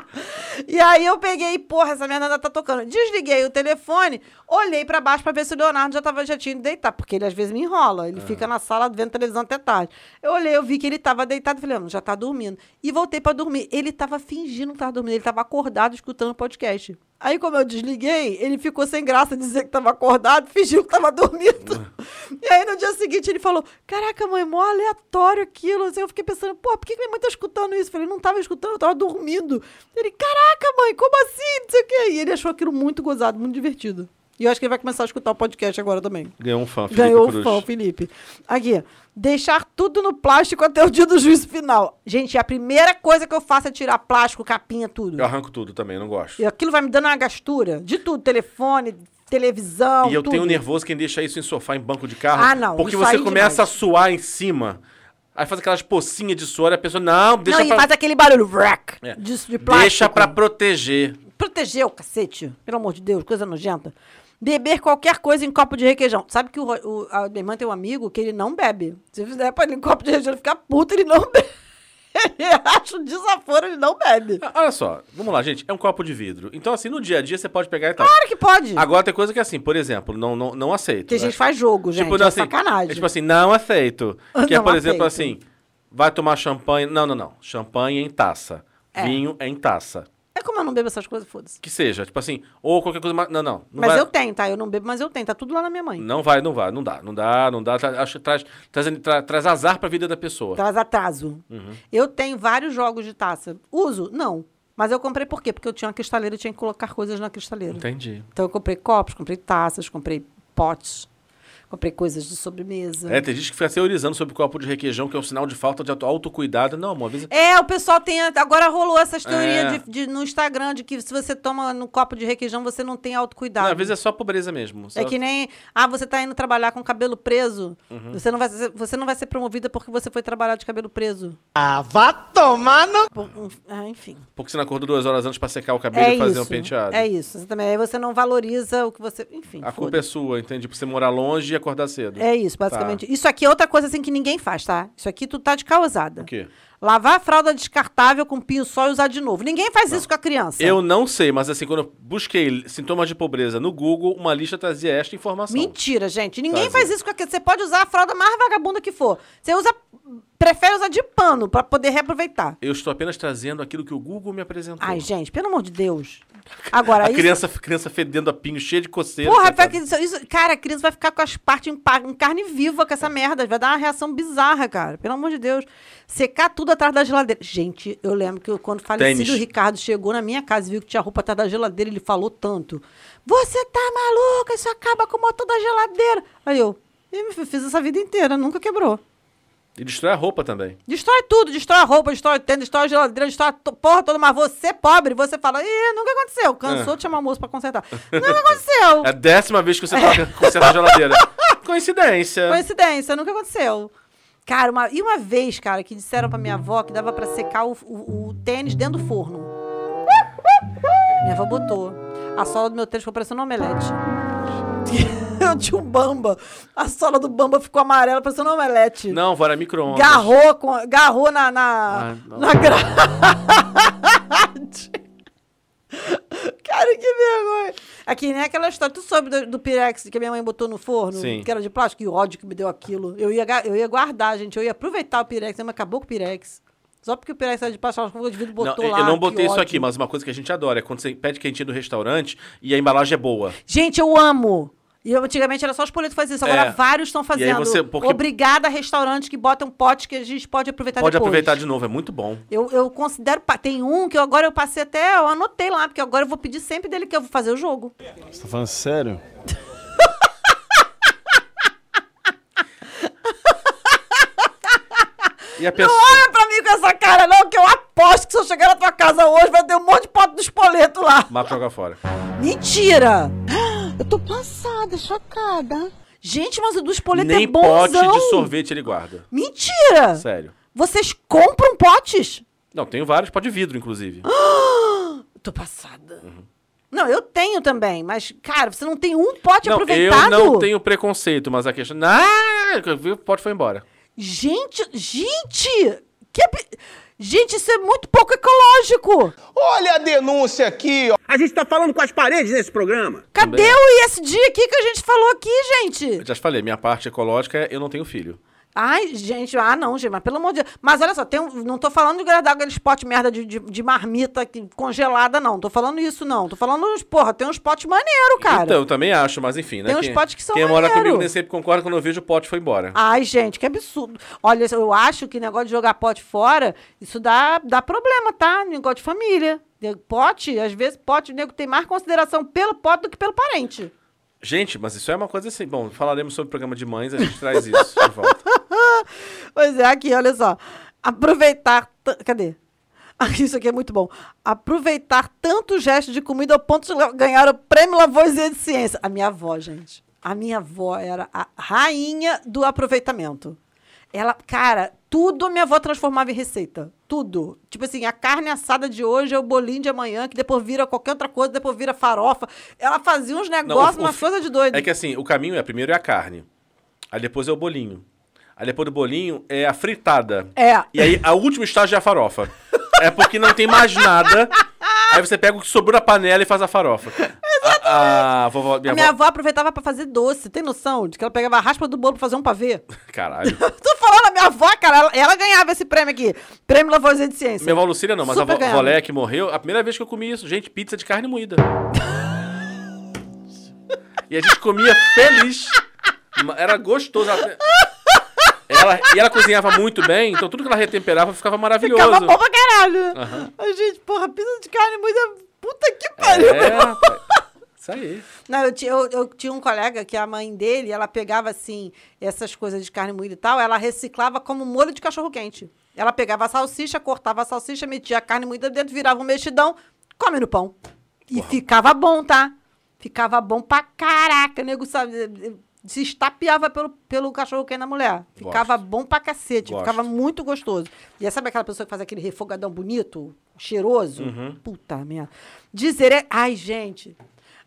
E aí eu peguei, porra, essa merda ainda tá tocando. Desliguei o telefone, olhei pra baixo pra ver se o Leonardo já tava já tinha ido deitar, porque ele às vezes me enrola, ele fica na sala vendo televisão até tarde. Eu olhei, eu vi que ele tava deitado, falei, "Ah, já tá dormindo. E voltei pra dormir. Ele tava fingindo que tava dormindo, ele tava acordado escutando o podcast. Aí, como eu desliguei, ele ficou sem graça de dizer que tava acordado, fingiu que tava dormindo. E aí, no dia seguinte, ele falou: Caraca, mãe, mó aleatório aquilo. Assim, eu fiquei pensando: Pô, por que que minha mãe tá escutando isso? Eu falei: Não tava escutando, eu tava dormindo. Ele: Caraca, mãe, como assim? Não sei o quê. E ele achou aquilo muito gozado, muito divertido. E eu acho que ele vai começar a escutar o podcast agora também. Ganhou um fã, Felipe Ganhou o Cruz. fã, o Felipe. Aqui, deixar tudo no plástico até o dia do juízo final. Gente, é a primeira coisa que eu faço é tirar plástico, capinha, tudo. Eu arranco tudo também, não gosto. E aquilo vai me dando uma gastura de tudo: telefone, televisão. E eu tudo. tenho nervoso quem deixa isso em sofá, em banco de carro. Ah, não, Porque isso você aí começa demais. a suar em cima. Aí faz aquelas pocinhas de suor e a pessoa, não, deixa Não, e pra... faz aquele barulho, vrac, É. disso de plástico. Deixa pra proteger. Proteger o cacete, pelo amor de Deus, coisa nojenta. Beber qualquer coisa em copo de requeijão. Sabe que o, Ro- o- a minha irmã tem um amigo que ele não bebe. Se fizer pra ele um copo de requeijão, ele fica puto, ele não bebe. Ele acha um desaforo, ele não bebe. Ah, Olha só, vamos lá, gente. É um copo de vidro. Então, assim, no dia a dia você pode pegar e tal. Claro que pode. Agora tem coisa que é assim, por exemplo, não, não, não aceito. Porque a né? gente faz jogo, gente. não, é assim, sacanagem. é tipo assim, não aceito. Ah, Que é, não por exemplo, assim, aceito. vai tomar champanhe. Não, não, não. Champanhe em taça. É. Vinho em taça. É como eu não bebo essas coisas, foda-se. Que seja, tipo assim, ou qualquer coisa mais. Não, não. não Mas vai, eu tenho, tá? Eu não bebo, mas eu tenho. Tá tudo lá na minha mãe. Não vai, não vai, não dá, não dá, não dá. Tra- Acho que traz, traz, tra- traz azar pra vida da pessoa. Traz atraso. Uhum. Eu tenho vários jogos de taça. Uso? Não. Mas eu comprei por quê? Porque eu tinha uma cristaleira e tinha que colocar coisas na cristaleira. Entendi. Então eu comprei copos, comprei taças, comprei potes. Comprei coisas de sobremesa. É, tem gente que fica teorizando sobre o copo de requeijão, que é um sinal de falta de auto- autocuidado. Não, amor, avisa. É, o pessoal tem. Agora rolou essas teorias É. de- de- no Instagram de que se você toma no copo de requeijão, você não tem autocuidado. Não, às vezes é só pobreza mesmo. Só- É que nem, ah, você tá indo trabalhar com cabelo preso. Uhum. Você, não vai ser, você não vai ser promovida porque você foi trabalhar de cabelo preso. Ah, vá tomar no. Por- ah, enfim. Porque você não acordou duas horas antes pra secar o cabelo É e fazer isso. um penteado. É isso. Você também, aí você não valoriza o que você. Enfim. A culpa foda-se. é Tá. sua, entende? Por você morar longe e acordar cedo. É isso, basicamente. Isso aqui é outra coisa assim que ninguém faz, tá? Isso aqui tu tá de causada. O quê? Lavar a fralda descartável com pinho só e usar de novo. Ninguém faz isso com a criança. Eu não sei, mas assim, quando eu busquei sintomas de pobreza no Google, uma lista trazia esta informação. Mentira, gente. Ninguém Fazia. faz isso com a criança. Você pode usar a fralda mais vagabunda que for. Você usa. Prefere usar de pano pra poder reaproveitar. Eu estou apenas trazendo aquilo que o Google me apresentou. Ai, gente, pelo amor de Deus. Agora, a isso. criança, criança fedendo a pinho, cheia de coceira. Porra, vai coitada. que isso, isso- cara, a criança vai ficar com as partes em, pa- em carne viva É. com essa merda. Vai dar uma reação bizarra, cara. Pelo amor de Deus. Secar tudo atrás da geladeira. Gente, eu lembro que eu- quando o falecido Tênis. Ricardo chegou na minha casa e viu que tinha roupa atrás da geladeira, ele falou tanto. Você tá maluca? Isso acaba com o motor da geladeira. Aí eu, "Ih, meu filho, fiz essa vida inteira, nunca quebrou. E destrói a roupa também. Destrói tudo, destrói a roupa, destrói o tênis, destrói a geladeira, destrói a to- porra toda, mas você pobre, você fala, ih, nunca aconteceu. Cansou de chamar o moço pra consertar. nunca aconteceu. É a décima vez que você toca consertar a geladeira. Coincidência. É. Coincidência, nunca aconteceu. Cara, uma- e uma vez, cara, que disseram pra minha avó que dava pra secar o, o- o tênis dentro do forno. Minha avó botou. A sola do meu tênis ficou parecendo um omelete. Eu tinha um bamba. A sola do bamba ficou amarela, parecendo um omelete. Não, vou era micro-ondas. Garrou, com, garrou na, na, Ah, não. na grade. Cara, que vergonha. Aqui, né? Aquela história. Tu soube do, do Pirex que a minha mãe botou no forno? Sim. Que era de plástico? Que ódio que me deu aquilo. Eu ia, ga- eu ia guardar, gente. Eu ia aproveitar o Pirex. Minha mãe acabou com o Pirex. Só porque o Pirex era de plástico, ela ficou de vidro, Não, botou eu- lá. eu não que botei isso ódio. aqui, mas uma coisa que a gente adora é quando você pede quentinha do restaurante e a embalagem é boa. Gente, eu amo. E eu, antigamente era só os politos faziam isso. Agora É. vários estão E aí fazendo. você- porque- Obrigada a restaurantes que botam pote que a gente pode aproveitar Pode depois. aproveitar de novo, é muito bom. Eu, eu considero. pa- Tem um que eu agora eu passei até. Eu anotei lá, porque agora eu vou pedir sempre dele que eu vou fazer o jogo. Você tá falando sério? E a Não pessoa. olha pra mim com essa cara, não, que eu aposto que se eu chegar na tua casa hoje vai ter um monte de pote do espoleto lá. Mata joga fora. Mentira! Eu tô passada, chocada. Gente, mas o do espoleto Nem é pote bonzão. de sorvete ele guarda. Mentira! Sério. Vocês compram potes? Não, tenho vários potes de vidro, inclusive. Ah, Eu Tô passada. Uhum. Não, eu tenho também, mas, cara, você não tem um pote não, eu aproveitado? não tenho preconceito, mas a questão. Ah, eu vi, o pote foi embora. Gente, gente! Que... ab- Gente, isso é muito pouco ecológico! Olha a denúncia aqui, ó. A gente tá falando com as paredes nesse programa. Cadê Também. o ISD aqui que a gente falou aqui, Eu gente? já te falei, minha parte ecológica é eu não tenho filho. Ai, gente, ah, não, gente, mas pelo amor de Deus. Mas olha só, tem um- não tô falando de guardar aqueles potes merda de, de, de marmita que- congelada, não. Tô falando isso, não. Tô falando, uns- porra, tem uns potes maneiro, cara. Então, eu também acho, mas enfim, né? Tem uns quem, potes que são Quem mora maneiro. Ah. comigo nem sempre concorda quando eu vejo o pote foi embora. Ai, gente, que absurdo. Olha, eu acho que negócio de jogar pote fora, isso dá, dá problema, tá? Negócio de família. De- Pote, às vezes, pote, o nego tem mais consideração pelo pote do que pelo parente. Gente, mas isso é uma coisa assim. Bom, falaremos sobre o programa de mães, a gente traz isso de volta. Pois é, aqui, olha só. Aproveitar. ta- Cadê? Ah, Isso aqui é muito bom. Aproveitar tanto gesto de comida ao ponto de le- ganhar o prêmio Lavoisier de Ciência. A minha avó, gente. A minha avó era a rainha do aproveitamento. Ela, cara, tudo a minha avó transformava em receita. Tudo. Tipo assim, a carne assada de hoje é o bolinho de amanhã, que depois vira qualquer outra coisa, depois vira farofa. Ela fazia uns Não, o- negócios, o uma fi- coisa de doido. É que assim, o caminho é primeiro é a carne. Aí depois é o bolinho. Aí depois do bolinho é a fritada. É. E aí a última estágio é a farofa. É porque não tem mais nada. Aí você pega o que sobrou da panela e faz a farofa. Exatamente. A, a vovó, minha, a minha avó. avó aproveitava pra fazer doce. Tem noção? De que ela pegava a raspa do bolo pra fazer um pavê. Caralho. Tô falando, a minha avó, cara, ela, ela ganhava esse prêmio aqui. Prêmio Lavoisier de Ciência. Minha avó Lucília não, mas Super a avó ganhava. avó Leia que morreu, a primeira vez que eu comi isso, gente, pizza de carne moída. e a gente comia feliz. Ma- Era gostoso. Ela- Ela, e ela cozinhava muito bem, então tudo que ela retemperava ficava maravilhoso. Ficava bom pra caralho. Ai, Gente, porra, pizza de carne moída. Puta que é pariu. É, rapaz. Isso aí. Não, eu, ti- eu- eu tinha um colega que a mãe dele, ela pegava assim, essas coisas de carne moída e tal, ela reciclava como molho de cachorro-quente. Ela pegava a salsicha, cortava a salsicha, metia a carne moída dentro, virava um mexidão, come no pão. E ficava bom, tá? Ficava bom pra caraca, nego sabe, eh, se estapeava pelo, pelo cachorro-quente da mulher. Ficava bom pra cacete, Tipo, Gosto. ficava muito gostoso. E aí, sabe aquela pessoa que faz aquele refogadão bonito, cheiroso? Uhum. Puta merda. Dizer é. Ai, gente.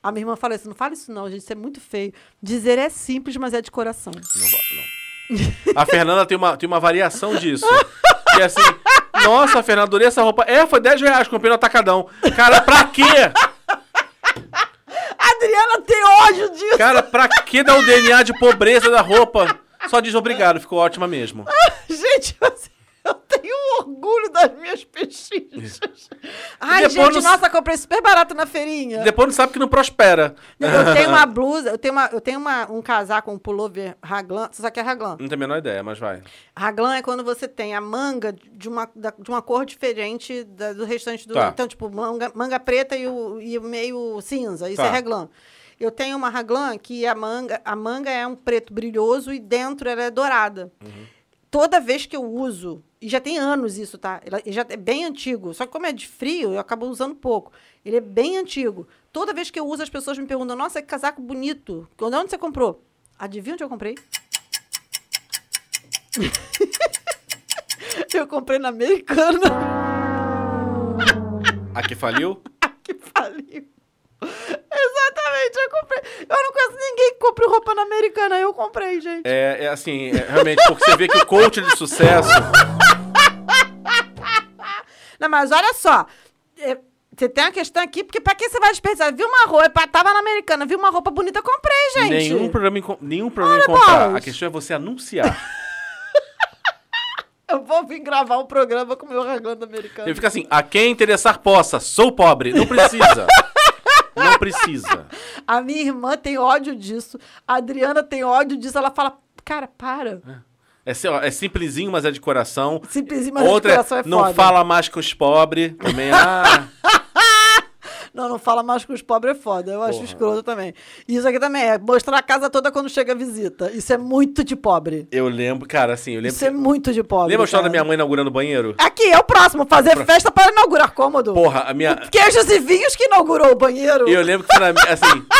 A minha irmã fala assim: não fala isso, não, gente, isso é muito feio. Dizer é simples, mas é de coração. Não va- não. A Fernanda tem uma, tem uma variação disso. Que é assim, nossa, Fernanda, adorei essa roupa. É, foi 10 reais, comprei no atacadão. Cara, pra quê? Adriana tem ódio disso! Cara, pra que dar o DNA de pobreza da roupa? Só diz obrigado, ficou ótima mesmo. Gente, assim, eu tenho orgulho das minhas pechinchas. Ai, Depois gente, não- nossa, comprei super barato na feirinha. Depois não sabe que não prospera. Eu tenho uma blusa, eu tenho, uma, eu tenho uma, um casaco, um pullover raglan. Você sabe o que é raglan? Não tem a menor ideia, mas vai. Raglan é quando você tem a manga de uma, da- de uma cor diferente da- do restante do. Tá. Então, tipo, manga, manga preta e o, e o meio cinza. Isso Tá. é raglan. Eu tenho uma raglan que a manga, a manga é um preto brilhoso e dentro ela é dourada. Toda vez que eu uso, e já tem anos isso, tá? Ela- e já é bem antigo. Só que como é de frio, eu acabo usando pouco. Ele é bem antigo. Toda vez que eu uso, as pessoas me perguntam: nossa, que casaco bonito. De onde você comprou? Adivinha onde eu comprei? Eu comprei na americana A que faliu? que faliu. Exatamente, eu comprei. Eu não conheço ninguém que compre roupa na americana. Eu comprei, gente. É, é assim, é, realmente, porque você vê que o coach de sucesso. Não, mas olha só. é, Você tem uma questão aqui, porque pra que você vai desperdiçar? Viu uma roupa, tava na americana, viu uma roupa bonita, comprei, gente. Nenhum problema em, com- nenhum problema em Olha, comprar. Boris. A questão é você anunciar. Eu vou vir gravar um programa com o meu raglan da americana. Ele fica assim: a quem interessar possa, sou pobre. Não precisa. Não precisa. A minha irmã tem ódio disso. A Adriana tem ódio disso. Ela fala, cara, para. É, si- ó, é simplesinho, mas é de coração. Simplesinho, mas é de Outra coração é não foda. fala mais com os pobres. Também, ah, Não, não fala mais com os pobres é foda. Eu acho escroto também. E Isso aqui também é mostrar a casa toda quando chega a visita. Isso é muito de pobre. eu lembro, cara, assim, eu lembro. Isso é que- muito de pobre. lembra a história da cara. minha mãe inaugurando o banheiro? Aqui, é o próximo. Fazer festa para inaugurar cômodo. Porra, a minha. Queijos e vinhos que inaugurou o banheiro. E eu lembro que foi na, assim.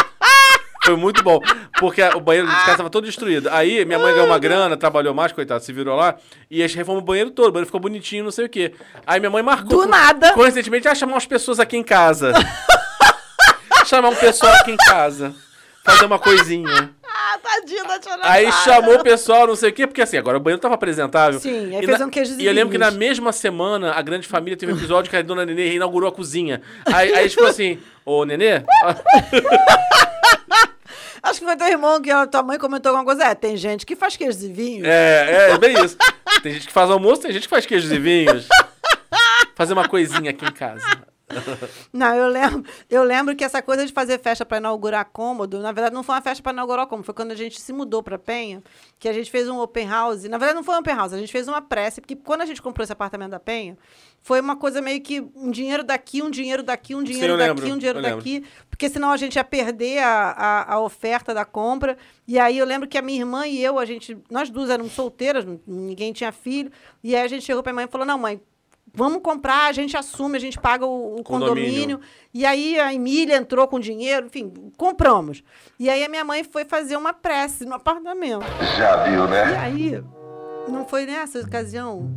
Foi muito bom. Porque o banheiro de casa tava todo destruído. Aí minha mãe ganhou uma grana, trabalhou mais, coitado, se virou lá. E eles reformam o banheiro todo. O banheiro ficou bonitinho, não sei o quê. Aí minha mãe marcou. Do nada. Coincidentemente, ah, chamar umas pessoas aqui em casa. chamar um pessoal aqui em casa. Fazer uma coisinha. Ah, tadinha da tia Aí Natália. chamou o pessoal, não sei o quê, porque assim, agora o banheiro tava apresentável. Sim, aí E fez na- um queijos e E eu lembro que na vinhos. mesma semana a grande família teve um episódio que a dona Nenê reinaugurou a cozinha. Aí, aí eles ficou assim, ô Nenê, Acho que foi teu irmão que a tua mãe comentou alguma coisa. É, tem gente que faz queijos e vinhos. É, é, é bem isso. Tem gente que faz almoço, tem gente que faz queijos e vinhos. Fazer uma coisinha aqui em casa. Não, eu lembro, eu lembro que essa coisa de fazer festa para inaugurar cômodo, na verdade não foi uma festa para inaugurar cômodo, foi quando a gente se mudou para Penha, que a gente fez um open house. Na verdade não foi um open house, a gente fez uma prece, porque quando a gente comprou esse apartamento da Penha, foi uma coisa meio que um dinheiro daqui, um dinheiro daqui, um dinheiro eu daqui, lembro, um dinheiro eu lembro. daqui, porque senão a gente ia perder a, a, a oferta da compra. E aí eu lembro que a minha irmã e eu, a gente, nós duas éramos solteiras, ninguém tinha filho, e aí a gente chegou para mãe e falou: "Não, mãe, Vamos comprar, a gente assume, a gente paga o, o Condomínio. condomínio. E aí a Emília entrou com dinheiro, enfim, compramos. E aí a minha mãe foi fazer uma prece no apartamento. Já viu, né? E aí, não foi nessa ocasião?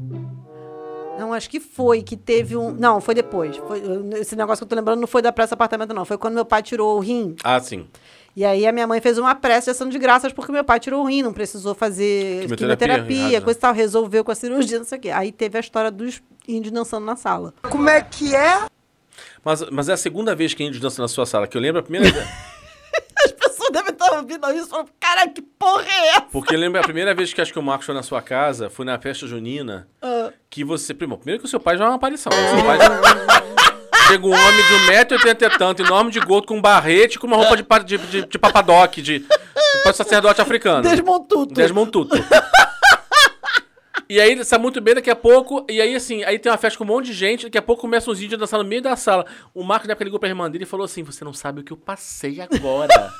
Não, acho que foi, que teve um. Não, foi depois. Foi- esse negócio que eu tô lembrando não foi da prece do apartamento, não. Foi quando meu pai tirou o rim. Ah, sim. E aí a minha mãe fez uma prece de ação de graças porque meu pai tirou o rim, não precisou fazer Quimioterapia, quimioterapia, errado, né? coisa e tal, resolveu com a cirurgia, não sei o quê. Aí teve a história dos índios dançando na sala. Mas, mas é a segunda vez que índios dançam na sua sala, que eu lembro a primeira vez. As pessoas devem estar ouvindo isso e falando, caralho, que porra é essa? Porque eu lembro a primeira vez que acho que o Marcos foi na sua casa, foi na festa junina, que você. Primo, primeiro que o seu pai já é uma aparição. né? Seu pai já- Chega um homem de 1,80m e tanto, enorme de gordo, com um barrete e com uma roupa de, pa- de, de, de papadoc, de, de sacerdote africano. Desmontuto. Desmond Tutu. E aí ele sai muito bem daqui a pouco. E aí, assim, aí tem uma festa com um monte de gente. Daqui a pouco começam os índios a dançar no meio da sala. O Marcos, na época, ligou pra irmã dele e falou assim: Você não sabe o que eu passei agora.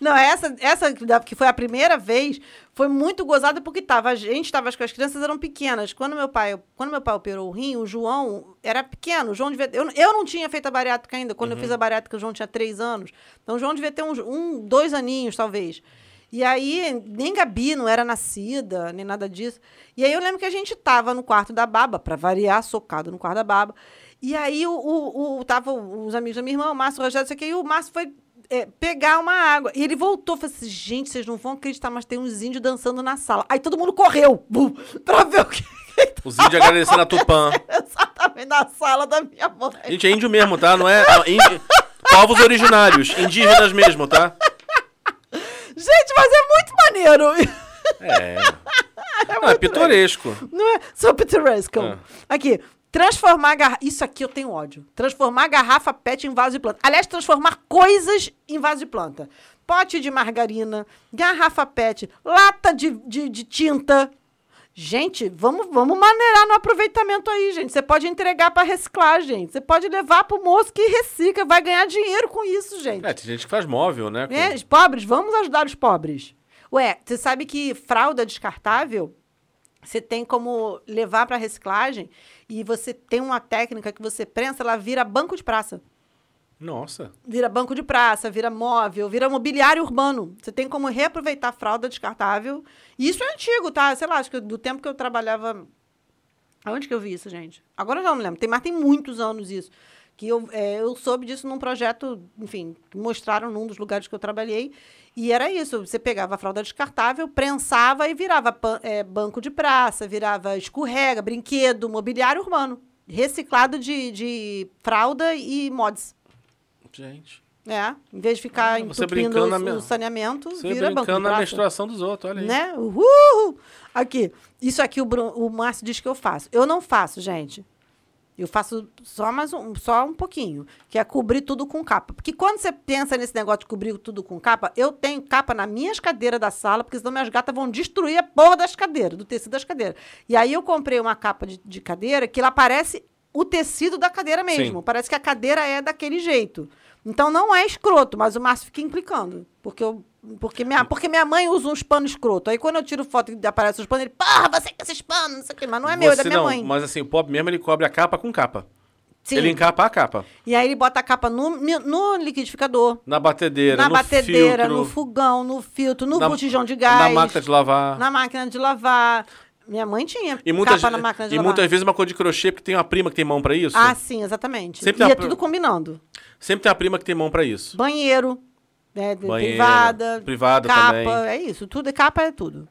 Não, essa, essa que da- que foi a primeira vez foi muito gozada porque tava, a gente tava, acho que as crianças eram pequenas. Quando meu pai, quando meu pai operou o rim, o João era pequeno. O João devia, eu, eu não tinha feito a bariátrica ainda. Quando eu fiz a bariátrica, o João tinha três anos. Então o João devia ter uns um, dois aninhos, talvez. E aí, nem Gabi não era nascida, nem nada disso. E aí eu lembro que a gente tava no quarto da baba, pra variar, socado no quarto da baba. E aí o, o, o- tava os amigos da minha irmã, o Márcio o Rogério, não sei o que, e o Márcio foi é, pegar uma água. E ele voltou e falou assim: gente, vocês não vão acreditar, mas tem uns índios dançando na sala. Aí todo mundo correu bum, pra ver o que. os índios agradecendo a Tupã. Exatamente na sala da minha mãe. Gente, é índio mesmo, tá? Não é. é índio- Povos originários, indígenas mesmo, tá? Gente, mas é muito maneiro. É. Ah, é pitoresco. Não é? Sou pitoresco. Aqui. Transformar garra... Isso aqui eu tenho ódio. Transformar garrafa pet em vaso de planta. Aliás, transformar coisas em vaso de planta. Pote de margarina, garrafa pet, lata de, de, de tinta. Gente, vamos, vamos maneirar no aproveitamento aí, gente. Você pode entregar para reciclagem. Você pode levar pro moço que recicla. Vai ganhar dinheiro com isso, gente. É, tem gente que faz móvel, né? com- Né? Os pobres, vamos ajudar os pobres. Ué, você sabe que fralda descartável você tem como levar para reciclagem e você tem uma técnica que você prensa, ela vira banco de praça. Nossa. Vira banco de praça, vira móvel, vira mobiliário urbano. Você tem como reaproveitar fralda descartável. E isso é antigo, tá? Sei lá, acho que do tempo que eu trabalhava. Aonde que eu vi isso, gente? Agora eu já não me lembro. Tem, mas tem muitos anos isso. Que eu, é, eu soube disso num projeto, enfim, que mostraram num dos lugares que eu trabalhei. E era isso. Você pegava a fralda descartável, prensava e virava pan- é, banco de praça, virava escorrega, brinquedo, mobiliário urbano. Reciclado de, de fralda e mods. Gente. É, em vez de ficar Ah, você entupindo brincando na o, men- o saneamento, Você vira banco de brincando na praça, menstruação dos outros, olha aí. Né? Uhul! Aqui, isso aqui o, Bruno, o Márcio diz que eu faço. Eu não faço, gente. Eu faço só mais um, só um pouquinho, que é cobrir tudo com capa. Porque quando você pensa nesse negócio de cobrir tudo com capa, eu tenho capa nas minhas cadeiras da sala, porque senão minhas gatas vão destruir a porra das cadeiras, do tecido das cadeiras. E aí eu comprei uma capa de, de cadeira que ela parece o tecido da cadeira mesmo. Sim. Parece que a cadeira é daquele jeito. Então não é escroto, mas o Márcio fica implicando. Porque, eu, porque, minha, porque minha mãe usa uns panos escroto. Aí quando eu tiro foto e aparece os panos, ele, porra, você com esses panos, não sei o quê. Mas não é meu, é da Você minha não, mãe. Mas assim, o pop mesmo ele cobre a capa com capa. Sim. Ele encapa a capa. E aí ele bota a capa no, no liquidificador, Na batedeira, na no batedeira, filtro, no fogão, no filtro, no na- botijão de gás, Na máquina de lavar. na máquina de lavar. Minha mãe tinha E muitas, capa na máquina de e lavar. muitas vezes é uma cor de crochê, porque tem uma prima que tem mão pra isso. Ah, sim, exatamente. Sempre e tem é uma- tudo combinando. Sempre tem uma prima que tem mão pra isso. Banheiro, né, de- Banheiro, privada, privada capa, também. é isso, tudo é capa é tudo.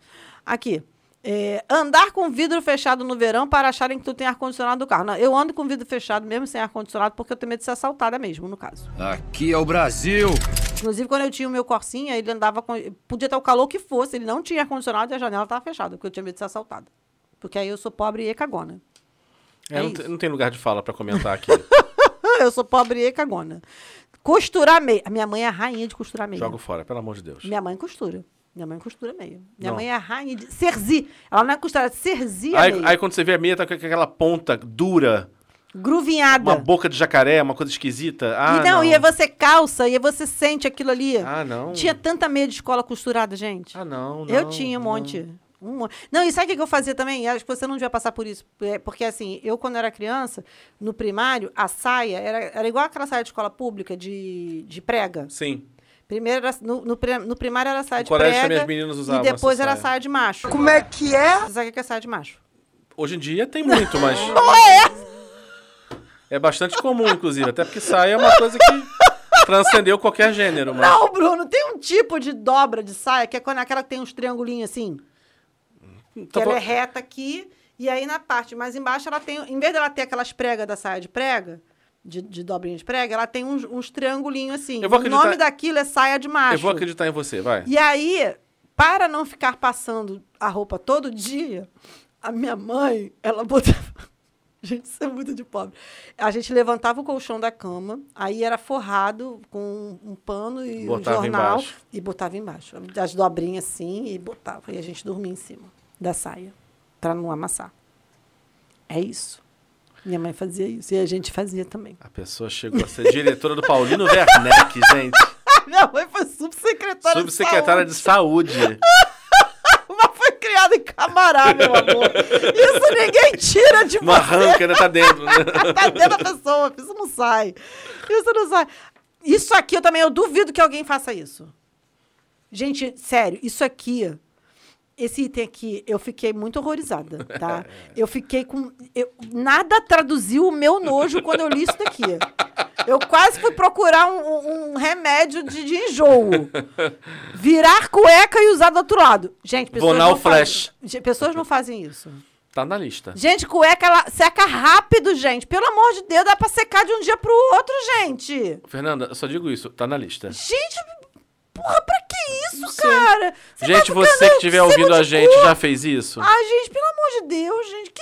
Aqui. é, andar com vidro fechado no verão para acharem que tu tem ar-condicionado no carro. Não, eu ando com vidro fechado mesmo sem ar-condicionado porque eu tenho medo de ser assaltada mesmo, no caso. Aqui é o Brasil. Inclusive, quando eu tinha o meu Corsinha, ele andava com. Podia estar o calor que fosse, ele não tinha ar-condicionado e a janela estava fechada, porque eu tinha medo de ser assaltada. Porque aí eu sou pobre e cagona. É, é não, isso. te- não tem lugar de fala pra comentar aqui. Ah, eu sou pobre e cagona. Costurar meia. A minha mãe é a rainha de costurar meia. Jogo fora, pelo amor de Deus. Minha mãe costura. Minha mãe costura meia. Minha Não. mãe é a rainha de. Cerzi. Ela não é costurada, cerzi a Aí, meia. aí quando você vê a meia, tá com aquela ponta dura, Gruvinhada. uma boca de jacaré, uma coisa esquisita. Ah, e não, não. e aí você calça, e aí você sente aquilo ali. Ah, não. Tinha tanta meia de escola costurada, gente. Ah, não, não. Eu tinha um não. monte. Um monte. Não, e sabe o que que eu fazia também? Acho que você não devia passar por isso. É, Porque, assim, eu, quando era criança, no primário, a saia era, era igual aquela saia de escola pública, de, de prega. Sim. Primeiro, era, no, no, pri- no primário era a saia No de colégio prega. também as meninas usavam E depois essa era a saia. saia de macho. Como é que é? Você sabe o que é saia de macho? Hoje em dia tem muito, mas. é? bastante comum, inclusive. Até porque saia é uma coisa que transcendeu qualquer gênero, mas. Não, Bruno, tem um tipo de dobra de saia que é quando aquela que tem uns triangulinhos assim. que Tô ela é falando- reta aqui, e aí na parte mais embaixo ela tem, em vez dela ter aquelas pregas da saia de prega, de, de dobrinha de prega, ela tem uns, uns triangulinhos assim. Eu vou O nome acreditar- daquilo é saia de macho. Eu vou acreditar em você, vai. E aí, para não ficar passando a roupa todo dia, a minha mãe, ela botava. Gente, isso é muito de pobre. A gente levantava o colchão da cama, aí era forrado com um pano e Botava um jornal embaixo. e botava embaixo. As dobrinhas assim e botava. E a gente dormia em cima. da saia, para não amassar. É isso. Minha mãe fazia isso e a gente fazia também. A pessoa chegou a ser diretora do Paulino Werneck, gente. Minha mãe foi subsecretária Subsecretária de Saúde. Mas foi criada em Camará, meu amor. Isso ninguém tira de Não arranca, né? Tá dentro, né? tá dentro da pessoa, isso não sai. Isso não sai. Isso aqui eu também eu duvido que alguém faça isso. Gente, sério, isso aqui, esse item aqui, eu fiquei muito horrorizada, tá? Eu fiquei com. eu- nada traduziu o meu nojo quando eu li isso daqui. Eu quase fui procurar um, um- um remédio de, de enjoo. Virar cueca e usar do outro lado. Gente, pessoas. Vonal não fazem- Flash. Gente, pessoas não fazem isso. Tá na lista. Gente, cueca, ela seca rápido, gente. Pelo amor de Deus, dá pra secar de um dia pro outro, gente. Fernanda, eu só digo isso. Tá na lista. Gente, porra, pra que isso, cara? gente, faz um você que canal estiver em cima ouvindo de a gente cu. já fez isso? Ah, gente, pelo amor de Deus, gente, que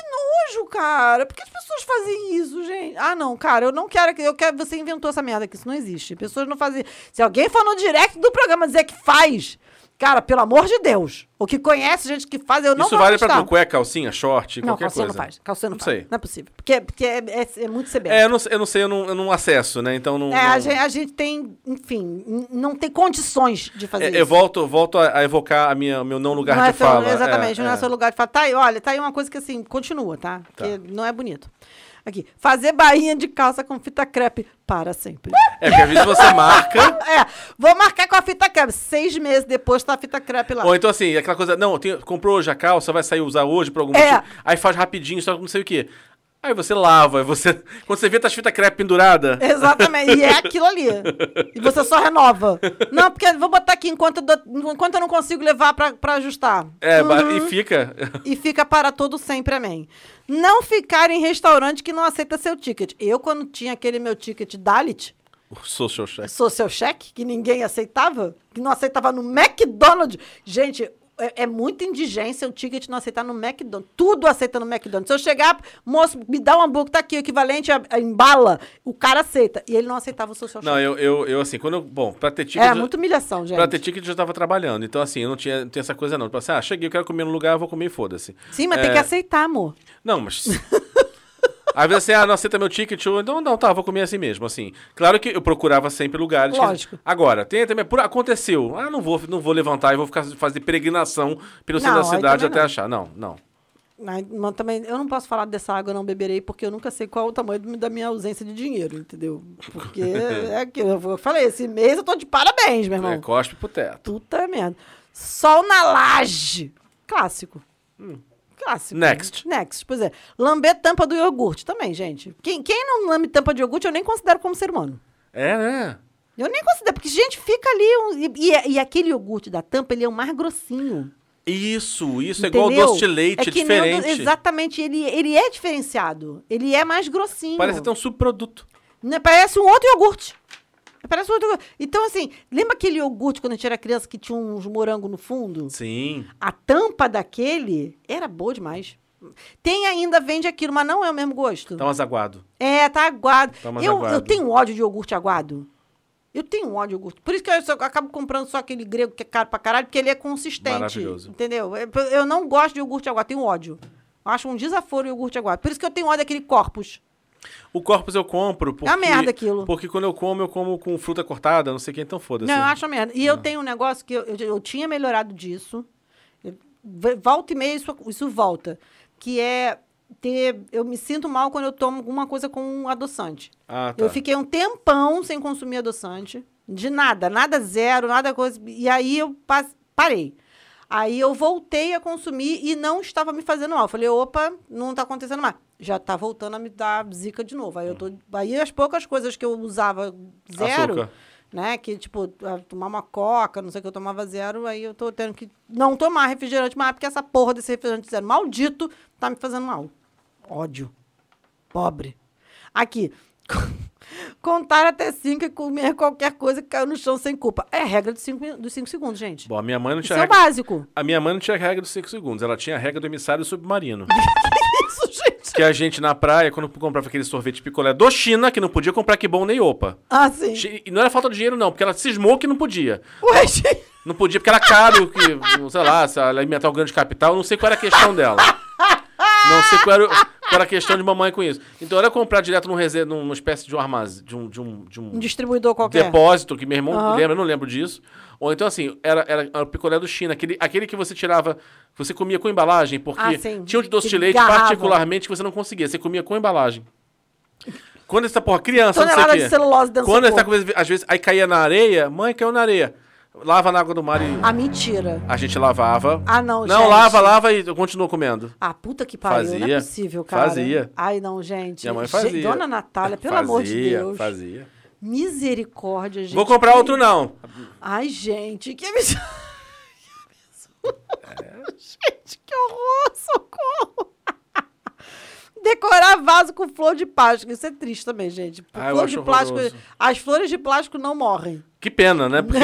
nojo, cara. Por que as pessoas fazem isso, gente? Ah, não, cara, eu não quero que. Eu quero, você inventou essa merda aqui, isso não existe. Pessoas não fazem. Se alguém for no direct do programa dizer que faz, cara, pelo amor de Deus. O que conhece gente que faz, eu não isso vou vale pra acreditar. tu, cueca, calcinha, short, Não, qualquer calcinha coisa. não faz. Calcinha não, Não faz. sei. Não é possível. Porque, porque é, é- é muito CBF. É, eu não, eu não sei, eu não, eu não acesso, né? Então não. É, a não- gen- a gente, tem, enfim, n- não tem condições de fazer É, isso. eu volto, volto a, a evocar a minha, meu não lugar não de é seu- fala. Exatamente, é, não é, é. seu lugar de falar. Tá aí, olha, tá aí uma coisa que assim, continua, tá? Porque não é bonito. Aqui, fazer bainha de calça com fita crepe para sempre. É, porque às vezes você marca. é, vou marcar com a fita crepe. Seis meses depois tá a fita crepe lá. Ou então assim, aquela coisa, não, tem- comprou hoje a calça, vai sair usar hoje por algum É. motivo. Aí faz rapidinho, só com não sei o quê. Aí você lava, aí você. Quando você vê, tá as fitas crepe pendurada. Exatamente, e é aquilo ali. E você só renova. Não, porque vou botar aqui enquanto eu, dou- enquanto eu não consigo levar pra, pra ajustar. Uhum. É, ba- e fica. e fica para todo sempre, amém. Não ficar em restaurante que não aceita seu ticket. Eu, quando tinha aquele meu ticket Dalit, O social check. sou seu cheque, que ninguém aceitava, que não aceitava no McDonald's. Gente, é, é muita indigência o ticket não aceitar no McDonald's. Tudo aceita no McDonald's. Se eu chegar, moço, me dá um hambúrguer, tá aqui, o equivalente a, a embala, o cara aceita. E ele não aceitava o social Não, cheque. eu, eu, eu assim, quando eu. Bom, pra ter ticket. Era eu- muita humilhação, gente. Pra ter ticket eu já tava trabalhando. Então, assim, eu não tinha, não tinha essa coisa, não. Tipo assim, ah, cheguei, eu quero comer no lugar, eu vou comer e foda-se. Sim, mas tem É, que aceitar, amor. Não, mas. Às vezes assim, ah, não aceita meu ticket, ou então não, tá, vou comer assim mesmo, assim. Claro que eu procurava sempre lugares. que- Lógico. Agora, tem também, por, aconteceu, ah, não vou, não vou levantar e vou ficar fazer peregrinação pelo centro Não, da aí cidade também até não. achar. Não, não. Ai, Mas também, eu não posso falar dessa água, eu não beberei, porque eu nunca sei qual o tamanho do- da minha ausência de dinheiro, entendeu? Porque é aquilo. Eu falei, esse mês eu tô de parabéns, meu irmão. É, cospe pro teto. Puta merda. Sol na laje. Clássico. Clássico. Hum. Next. Next, pois é. Lamber tampa do iogurte também, gente. Quem, quem não lambe tampa de iogurte, eu nem considero como ser humano. É, né? Eu nem considero, porque, gente, fica ali. um- e, e- e aquele iogurte da tampa, ele é o mais grossinho. Isso, isso é Entendeu? igual doce de leite, é, que nem o do- diferente. exatamente, ele, ele é diferenciado. Ele é mais grossinho. Parece até um subproduto. Né, Parece um outro iogurte. Parece um outro iogurte. Então, assim, lembra aquele iogurte quando a gente era criança que tinha uns morango no fundo? Sim. A tampa daquele era boa demais. Tem ainda, vende aquilo, mas não é o mesmo gosto. Tá mais aguado. É, tá aguado. Tá mais eu, aguado. eu tenho ódio de iogurte aguado. Eu tenho ódio de iogurte. Por isso que eu, só- acabo comprando só aquele grego que é caro pra caralho, porque ele é consistente. Maravilhoso. Entendeu? Eu, eu não gosto de iogurte aguado, tenho ódio. Eu acho um desaforo o iogurte aguado. Por isso que eu tenho ódio daquele corpus. O corpus eu compro porque. É uma merda aquilo. Porque quando eu como, eu como com fruta cortada, não sei quem, então foda-se. Ah. Não, eu acho uma merda. E eu tenho um negócio que eu, eu, eu tinha melhorado disso. Eu- v- Volta e meia, isso, isso volta. Que é ter. Eu me sinto mal quando eu tomo alguma coisa com um adoçante. Ah, tá. Eu fiquei um tempão sem consumir adoçante. De nada, nada zero, nada coisa. E aí eu pas- parei. Aí eu voltei a consumir e não estava me fazendo mal. Eu falei, opa, não está acontecendo mais. Já está voltando a me dar zica de novo. Aí eu Hum. tô. Aí as poucas coisas que eu usava zero Açúcar. né? Que, tipo, ah, tomar uma coca, não sei o que, eu tomava zero, aí eu tô tendo que não tomar refrigerante mais, porque essa porra desse refrigerante zero maldito tá me fazendo mal. Ódio. Pobre. Aqui. Contar até cinco e comer qualquer coisa que caiu no chão sem culpa. É a regra dos cinco, min- dos cinco segundos, gente. Bom, a minha mãe não Isso tinha é o regra. básico. A minha mãe não tinha regra dos 5 segundos, ela tinha a regra do emissário submarino. Isso, gente. que a gente na praia, quando comprava aquele sorvete picolé do China, que não podia comprar que bom nem opa. Ah, sim. Chi- E não era falta de dinheiro, não, porque ela cismou que não podia. Ué, gente. Não podia, porque era caro, que, sei lá, se alimentar o grande capital. Não sei qual era a questão dela. Não sei qual era, o- qual era a questão de mamãe com isso. Então era comprar direto num rese- numa espécie de um armazém, de um- de um- de um Um distribuidor qualquer. depósito, que meu irmão Aham. lembra, eu não lembro disso. Ou então, assim, era, era, era o picolé do China, aquele, aquele que você tirava, você comia com embalagem, porque Ah, sim. tinha o de doce Que de leite, garrafa. particularmente, que você não conseguia, você comia com embalagem. Quando essa porra, criança, não sei o Tonelada quê. de celulose dentro do Quando seu essa coisa, às vezes, aí caía na areia, mãe, caiu na areia. Lava na água do mar e Ah, mentira. a gente lavava. Ah, não, Não, gente. lava, lava e continuou comendo. Ah, puta que pariu, não Fazia. é possível, cara. Fazia. Ai, não, gente. Minha mãe Ge- fazia. Dona Natália, pelo amor de Fazia, Deus. Fazia. Misericórdia, gente. Vou comprar Que- outro, não. Ai, gente, que absurdo. Gente, que horror, socorro. Decorar vaso com flor de plástico. Isso é triste também, gente. Ah, eu flor acho de plástico. horroroso. As flores de plástico não morrem. Que pena, né? Porque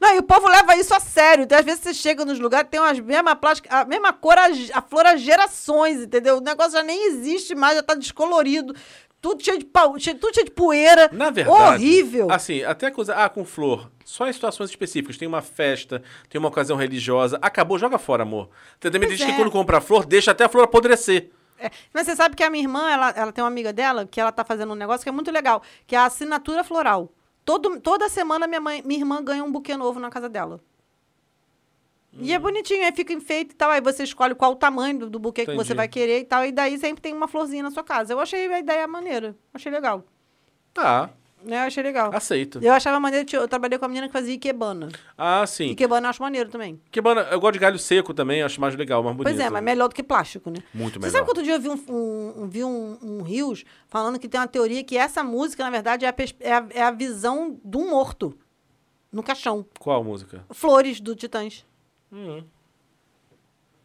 Não, e o povo leva isso a sério. Então, às vezes você chega nos lugares, tem umas mesma plástica, a mesma cor, a, ge- a flor há gerações, entendeu? O negócio já nem existe mais, já tá descolorido. Tudo cheio de, pau, cheio, tudo cheio de poeira. Na verdade. Horrível. Assim, até coisa. Ah, com flor. Só em situações específicas. Tem uma festa, tem uma ocasião religiosa. Acabou, joga fora, amor. Tem também Pois gente é. que quando compra flor, deixa até a flor apodrecer. É, Mas você sabe que a minha irmã, ela, ela tem uma amiga dela, que ela tá fazendo um negócio que é muito legal, que é a assinatura floral. Todo, toda semana minha, mãe, minha irmã ganha um buquê novo na casa dela. E é bonitinho, aí fica enfeite e tal. Aí você escolhe qual o tamanho do, do buquê que você Entendi. vai querer e tal. E daí sempre tem uma florzinha na sua casa. Eu achei a ideia maneira. Achei legal. Tá, Né? Eu achei legal. aceito. Eu achava maneiro, tinha- eu trabalhei com a menina que fazia Ikebana. Ah, sim. Ikebana eu acho maneiro também. Que bana, eu gosto de galho seco também, acho mais legal, mais bonito. Pois é, mas melhor do que plástico, né? Muito Você melhor. sabe que outro dia eu vi um, um, um- vi um, um Rios falando que tem uma teoria que essa música, na verdade, é a, pers- é a, é a visão de um morto no caixão. Qual música? Flores do Titãs.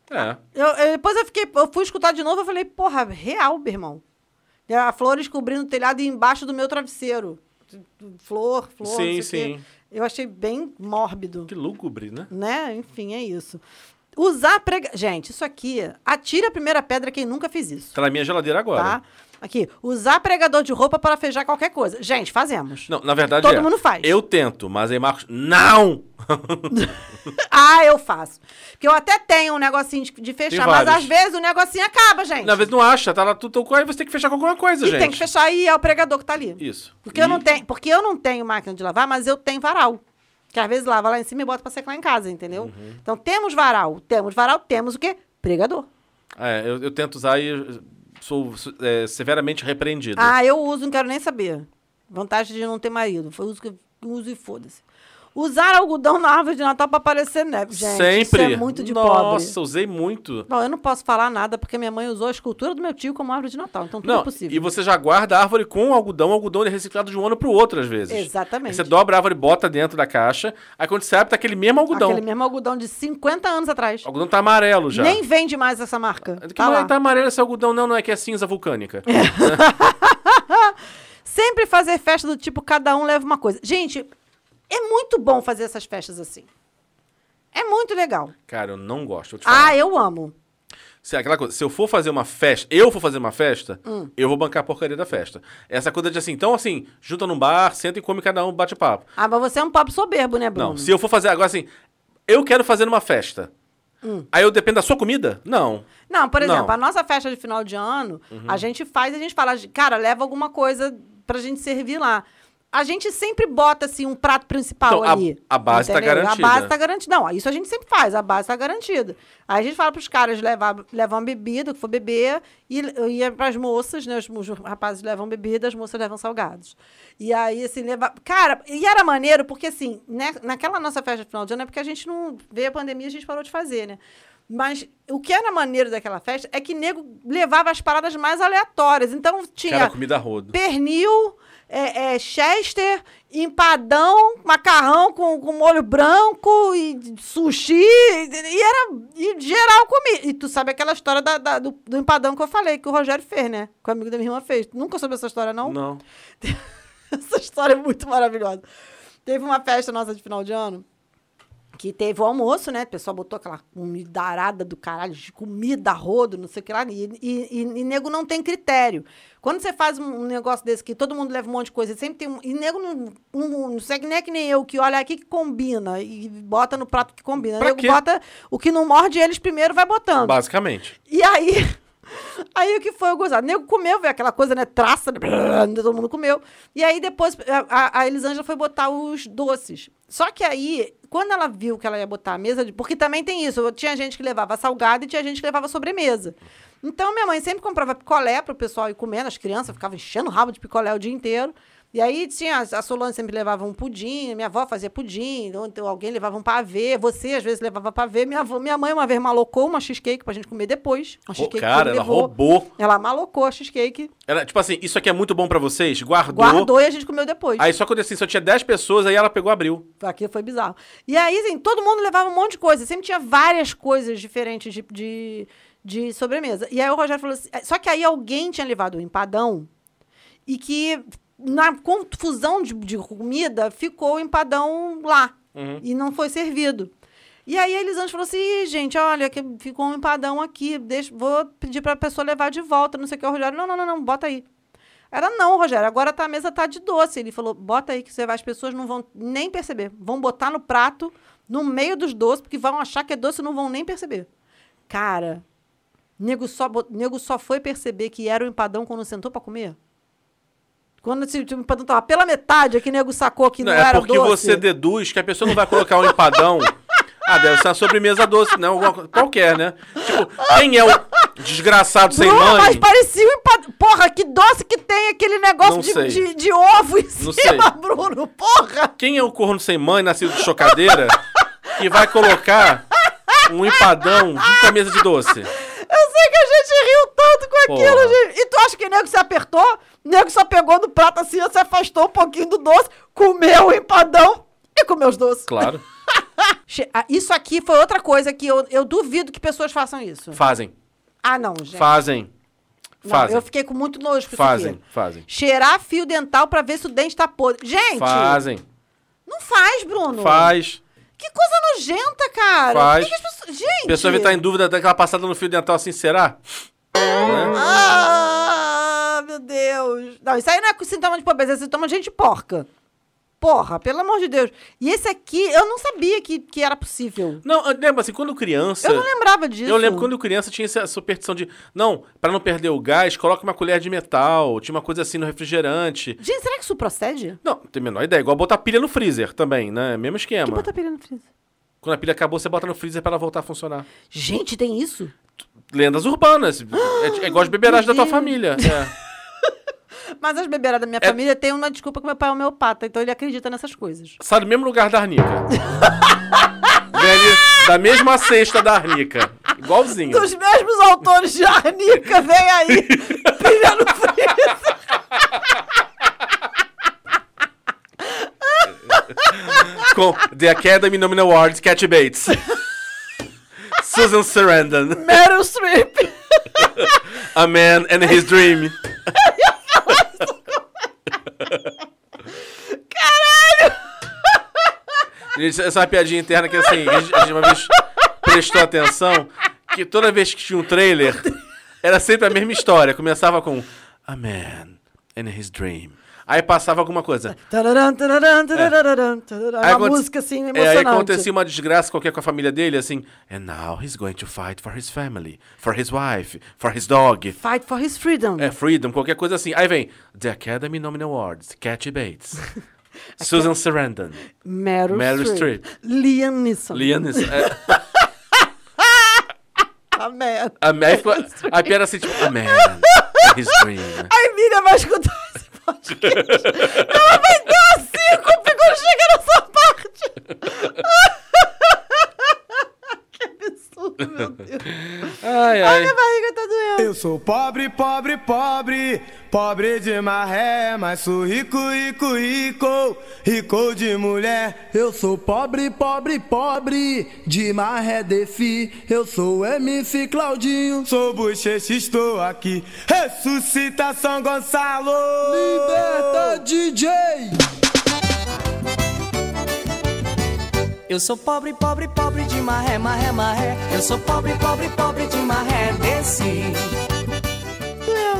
É. Eu, eu- depois eu fiquei, eu fui escutar de novo, eu falei, porra, real, meu irmão. E A flores cobrindo o telhado e embaixo do meu travesseiro. Flor, flor. não sei o Sim, quê. sim. Eu achei bem mórbido. Que lúgubre, né? né? Enfim, é isso. Usar prega. Gente, isso aqui. Atira a primeira pedra quem nunca fez isso. Tá na minha geladeira agora. Tá? Aqui. Usar pregador de roupa para feijar qualquer coisa. Gente, fazemos. Não, na verdade Todo é, mundo faz. Eu tento, mas aí Marcos... Não! ah, eu faço. Porque eu até tenho um negocinho de, de fechar, mas vários. às vezes o negocinho acaba, gente. na vez não acha, tá lá tudo... Aí você tem que fechar com alguma coisa, e gente. tem que fechar e é o pregador que tá ali. Isso. Porque, eu não E- tenho, porque eu não tenho máquina de lavar, mas eu tenho varal. Que às vezes lava lá em cima e bota pra secar em casa, entendeu? Uhum. Então temos varal, temos varal, temos o quê? Pregador. É, eu, eu tento usar e eu sou su- é, severamente repreendido. Ah, eu uso, não quero nem saber. Vantagem de não ter marido. Foi uso que eu uso e foda-se. Usar algodão na árvore de Natal pra parecer neve. Gente, isso é muito de Nossa, pobre. usei muito. Bom, eu não posso falar nada porque minha mãe usou a escultura do meu tio como árvore de Natal. Então tudo Não, é possível. e você já guarda a árvore com o algodão, o algodão ele é reciclado de um ano pro outro, às vezes. Exatamente. Aí Você dobra a árvore, bota dentro da caixa, aí quando você abre, tá aquele mesmo algodão. Aquele mesmo algodão de 50 anos atrás. O algodão tá amarelo já. Nem vende mais essa marca. Que Tá mar- lá. É. tá amarelo esse algodão, não, não, é que é cinza vulcânica. Sempre fazer festa do tipo cada um leva uma coisa. Gente, é muito bom fazer essas festas assim. É muito legal. Cara, eu não gosto. Vou te falar. Ah, eu amo. Se, é aquela coisa, se eu for fazer uma festa, eu for fazer uma festa, Hum. eu vou bancar a porcaria da festa. Essa coisa de assim, então assim, junta num bar, senta e come cada um, bate papo. Ah, mas você é um pobre soberbo, né, Bruno? Não, se eu for fazer agora assim, eu quero fazer uma festa. Hum. Aí eu dependo da sua comida? Não. Não, por Não. Uhum. exemplo, a nossa festa de final de ano, a gente faz e a gente fala, cara, leva alguma coisa pra gente servir lá. A gente sempre bota, assim, um prato principal Então, a- ali. a base tá garantida. A base tá garantida. Não, isso a gente sempre faz, a base tá garantida. Aí a gente fala pros caras levar, levar uma bebida, o que for beber, e, e é pras moças, né? Os, os rapazes levam bebida, as moças levam salgados. E aí, assim, leva... Cara, e era maneiro, porque, assim, né, naquela nossa festa de final de ano, é porque a gente não... Veio a pandemia, a gente parou de fazer, né? Mas o que era maneiro daquela festa é que nego levava as paradas mais aleatórias. Então tinha Cara, comida a rodo. pernil, é, é, chester, empadão, macarrão com, com molho branco e sushi. E, e era e geral comida. E tu sabe aquela história da- da- do, do empadão que eu falei, que o Rogério fez, né? Que o amigo da minha irmã fez. Nunca soube essa história, não? Não. Essa história é muito maravilhosa. Teve uma festa nossa de final de ano que teve o almoço, né? O pessoal botou aquela comidarada do caralho, de comida, rodo, não sei o que lá. E, e, e- e nego não tem critério. Quando você faz um negócio desse que todo mundo leva um monte de coisa, e sempre tem um. E nego não, não, não segue nem é que nem eu, que olha aqui que combina e bota no prato que combina. Pra nego quê? bota o que não morde eles primeiro, vai botando. Basicamente. E aí. Aí o que foi o gozado? O nego comeu, veio aquela coisa, né? Traça, né, brrr, todo mundo comeu. E aí depois a, a- a Elisângela foi botar os doces. Só que aí, quando ela viu que ela ia botar a mesa, de- porque também tem isso, tinha gente que levava salgado e tinha gente que levava sobremesa. Então minha mãe sempre comprava picolé pro pessoal ir comendo, as crianças ficavam enchendo o rabo de picolé o dia inteiro. E aí tinha, a Solange sempre levava um pudim, minha avó fazia pudim, ou então alguém levava um pavê, você às vezes levava pavê, minha, avó- minha mãe uma vez malocou uma cheesecake pra gente comer depois. Uma cheesecake que cara, ela levou. roubou. Ela malocou a cheesecake, Ela, tipo assim, isso aqui é muito bom pra vocês, guardou. guardou e a gente comeu depois. Aí só quando assim, só tinha 10 pessoas, aí ela pegou e abriu. Aquilo foi bizarro. E aí, assim, todo mundo levava um monte de coisa. Sempre tinha várias coisas diferentes de, de, de sobremesa. E aí o Rogério falou assim... Só que aí alguém tinha levado um empadão e que, na confusão de, de comida, ficou o empadão lá. E não foi servido. E aí a Elisângela falou assim, "Ih, gente, olha, que ficou um empadão aqui, deixa, vou pedir pra pessoa levar de volta, não sei o que. O Rogério, não, não, não, não, bota aí. Ela, não, Rogério, agora tá, a mesa tá de doce. Ele falou, bota aí que você vai, as pessoas não vão nem perceber. Vão botar no prato, no meio dos doces, porque vão achar que é doce e não vão nem perceber. Cara, nego só, bot- nego só foi perceber que era o empadão quando sentou pra comer. Quando esse o empadão tava pela metade, é que nego sacou que não, é era porque doce. você deduz que a pessoa não vai colocar um empadão. ah, deve ser uma sobremesa doce, não, alguma coisa- qualquer, né? Tipo, quem é o desgraçado sem Bruno, mãe? mas parecia um empadão. Porra, que doce que tem aquele negócio Não de, sei. de, de ovo em Não cima, sei. Bruno. Porra! Quem é o corno sem mãe, nascido de chocadeira, que vai colocar um empadão junto com a mesa de doce? Eu sei que a gente riu tanto com aquilo, Porra. gente. E tu acha que nego se apertou? Nego só pegou no prato assim, se afastou um pouquinho do doce, comeu o empadão e comeu os doces. Claro. Che- ah, Isso aqui foi outra coisa que eu, eu duvido que pessoas façam isso. Fazem. Ah, não, gente. Fazem. Não, Fazem. eu fiquei com muito nojo com Fazem, isso aqui. fazem. Cheirar fio dental pra ver se o dente tá podre. Gente! Fazem. Não faz, Bruno. Faz. Que coisa nojenta, cara. Faz. Por que que as pessoas... Gente! A pessoa tá vai estar em dúvida daquela passada no fio dental assim, será? Ah, meu Deus. Não, isso aí não é sintoma de pobreza, é sintoma de gente porca. Porra, pelo amor de Deus. E esse aqui, eu não sabia que, que era possível. Não, eu lembro assim, quando criança. Eu não lembrava disso. Eu lembro quando criança tinha essa superstição de. Não, pra não perder o gás, coloca uma colher de metal. Tinha uma coisa assim no refrigerante. Gente, será que isso procede? Não, não tem a menor ideia. Igual botar pilha no freezer também, né? Mesmo Que esquema. bota pilha no freezer? Quando a pilha acabou, você bota no freezer pra ela voltar a funcionar. Gente, tem isso? Lendas urbanas. é, é igual as beberagem da meu tua Deus. família. É. Mas as beberas da minha É- família têm uma desculpa que meu pai é homeopata, então ele acredita nessas coisas. Sai do mesmo lugar da arnica. Vem da mesma cesta da arnica. Igualzinho. Dos mesmos autores de Arnica, vem aí, pilha no freezer. com The Academy Nominal Awards, Cat Bates. Susan Sarandon, Meryl Streep. A Man and His Dream. Gente, essa é uma piadinha interna que assim, a gente, a gente uma vez prestou atenção que toda vez que tinha um trailer, era sempre a mesma história. Começava com A Man and His Dream. Aí passava alguma coisa. Tararam, tararam, tararam, tararam. É uma aconte- música assim É, emocionante. aí acontecia uma desgraça qualquer com a família dele, assim. And now he's going to fight for his family, for his wife, for his dog. Fight for his freedom. É, freedom, qualquer coisa assim. Aí vem The Academy Nominal Awards, Cat Bates, Susan Sarandon, Meryl, Meryl Streep. Liam Neeson. Liam Neeson. É, A merda. a, Mary ficou- a piada assim, tipo, a man, his dream. A Emília vai escutar esse podcast. Ela vai dar cinco quando chega nessa parte. que absurdo, meu Deus. Ai, ai. Minha barriga tá doendo. Eu sou pobre, pobre, pobre, pobre de maré, mas sou rico, rico, rico, rico de mulher. Eu sou pobre, pobre, pobre, de maré defi. Eu sou MC Claudinho, sou bochecha, estou aqui. Ressuscita São Gonçalo! Liberta DJ! Eu sou pobre, pobre, pobre de maré, maré, maré. Eu sou pobre, pobre, pobre de maré desse.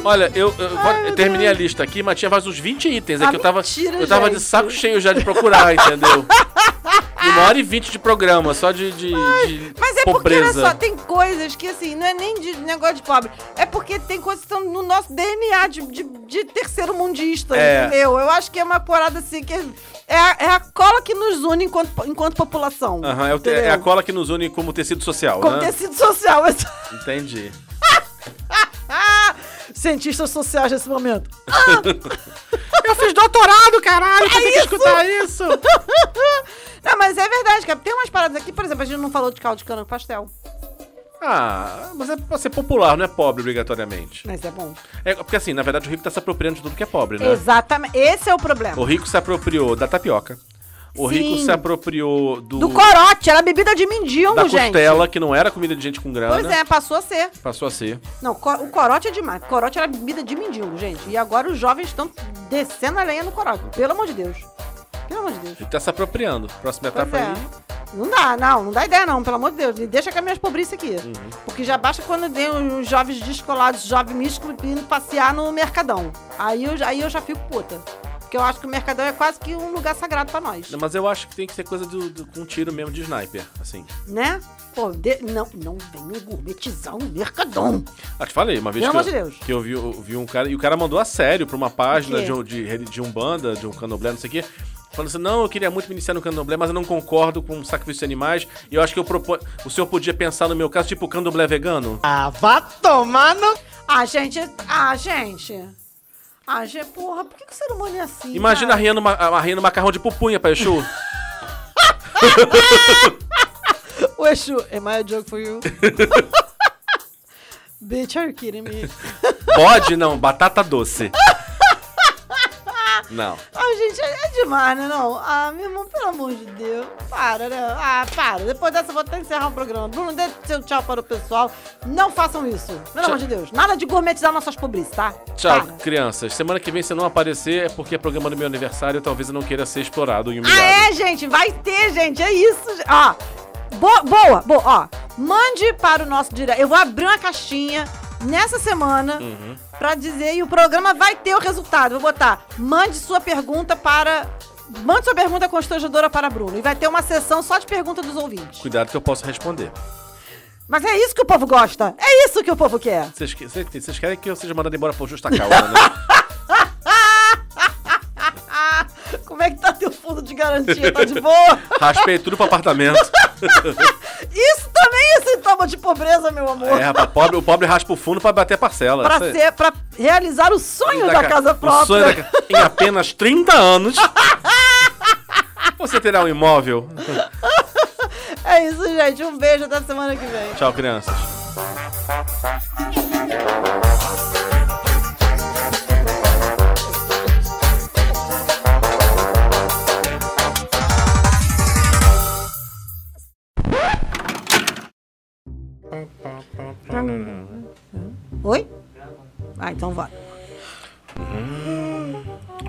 Olha, eu, eu- eu terminei a lista aqui, mas tinha mais uns 20 itens. É Ah, que eu tava, mentira, eu tava de gente. saco cheio já de procurar, entendeu? E uma hora e vinte de programa, só de, de, de Mas é porque, olha pobreza. só, tem coisas que, assim, não é nem de negócio de pobre. É porque tem coisas que estão no nosso DNA de, de, de terceiro mundista, É. entendeu? Eu acho que é uma porada, assim, que é a, é a cola que nos une enquanto, enquanto população. Aham, é o te- é, a entendeu? cola que nos une como tecido social, Como né? tecido social. essa- Entendi. Ah! Cientistas sociais nesse momento. Ah! Eu fiz doutorado, caralho, pra É ter que isso! escutar isso. não, mas é verdade, cara. Tem umas paradas aqui, por exemplo, a gente não falou de caldo de cana com pastel. Ah, mas é pra ser popular, não é pobre obrigatoriamente. Mas é bom. É, porque assim, na verdade o rico tá se apropriando de tudo que é pobre, né? Exatamente. Esse é o problema. O rico se apropriou da tapioca. O Sim. rico se apropriou do, Do corote, era bebida de mendigo, da gente. costela, né? que não era comida de gente com grana. Pois é, passou a ser. Passou a ser. Não, co- o corote é demais. Corote era bebida de mendigo, gente. E agora os jovens estão descendo a lenha no corote. Pelo amor de Deus. Pelo amor de Deus. A gente tá se apropriando. Próxima Pois etapa é. aí. Não dá, não. Não dá ideia, não. Pelo amor de Deus. Me deixa com as minhas pobrices aqui. Uhum. Porque já basta quando tem os jovens descolados, jovens místicos, indo passear no Mercadão. Aí eu, já- aí eu já fico puta. Porque eu acho que o Mercadão é quase que um lugar sagrado pra nós. Não, mas eu acho que tem que ser coisa do, do- com um tiro mesmo de sniper, assim. Né? Pô, de- não, não venha gourmetizar um Mercadão. Ah, te falei, uma vez Pelo que, eu, amor de Deus. que eu vi, eu vi um cara. E o cara mandou a sério pra uma página O quê? de, um- de, reli- de Umbanda, de um candomblé, não sei o quê. Falando assim, não, eu queria muito me iniciar no candomblé, mas eu não concordo com o sacrifício de animais. E eu acho que eu proponho. O senhor podia pensar no meu caso, tipo, candomblé vegano? Ah, vá tomar no... Ah, gente. Ah, gente. Ah, gente, porra, por que, que o ser humano é assim? Imagina cara? arriando, ma- arriando macarrão de pupunha pra Exu. O Exu, am I a joke for you? Bitch, are you kidding me? Bode não, batata doce. Não. Ah, gente, é é demais, né, não? Ah, meu irmão, pelo amor de Deus. Para, né? Ah, para. Depois dessa eu vou até encerrar o programa. Bruno, dê seu tchau para o pessoal. Não façam isso. Pelo amor de Deus. Nada de gourmetizar nossas pobres, tá? Tchau, Para. crianças. Semana que vem, se eu não aparecer, é porque é programa do meu aniversário. Talvez eu não queira ser explorado um e humilhado. Ah, é, gente, vai ter, gente, é isso. gente. Ó, bo- boa, boa, ó. Mande para o nosso direto. Eu vou abrir uma caixinha nessa semana pra dizer e o programa vai ter o resultado. Vou botar, mande sua pergunta para... Mande sua pergunta constrangedora para Bruno. E vai ter uma sessão só de pergunta dos ouvintes. Cuidado que eu posso responder. Mas é isso que o povo gosta. É isso que o povo quer. Vocês, que- vocês- vocês querem que eu seja mandado embora por justa causa, né? Ah, como é que tá teu fundo de garantia? Tá de boa? Raspei tudo pro apartamento. Isso também é sintoma de pobreza, meu amor. É, rapaz, pobre, o pobre raspa o fundo pra bater parcela. Pra, Isso aí. ser, pra realizar o sonho da, ca- casa o própria. sonho da ca- Em apenas 30 anos, você terá um imóvel. É isso, gente. Um beijo até semana que vem. Tchau, crianças. Oi? Ah, então vai.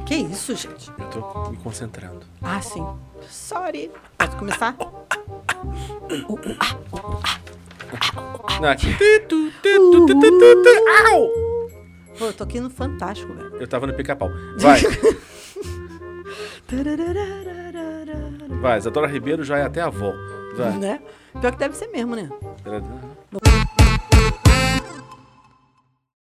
Que isso, gente? Hum. Eu tô me concentrando. Ah, sim. Sorry. Pode começar? Não, aqui. Tu, tu, tu, tu, tu, tu, tu. Au! Pô, eu tô aqui no Fantástico, velho. Eu tava no pica-pau. Vai, Tarararararara, vai. Isadora Ribeiro já é até avó. Vai. Né? Pior que deve ser mesmo, né?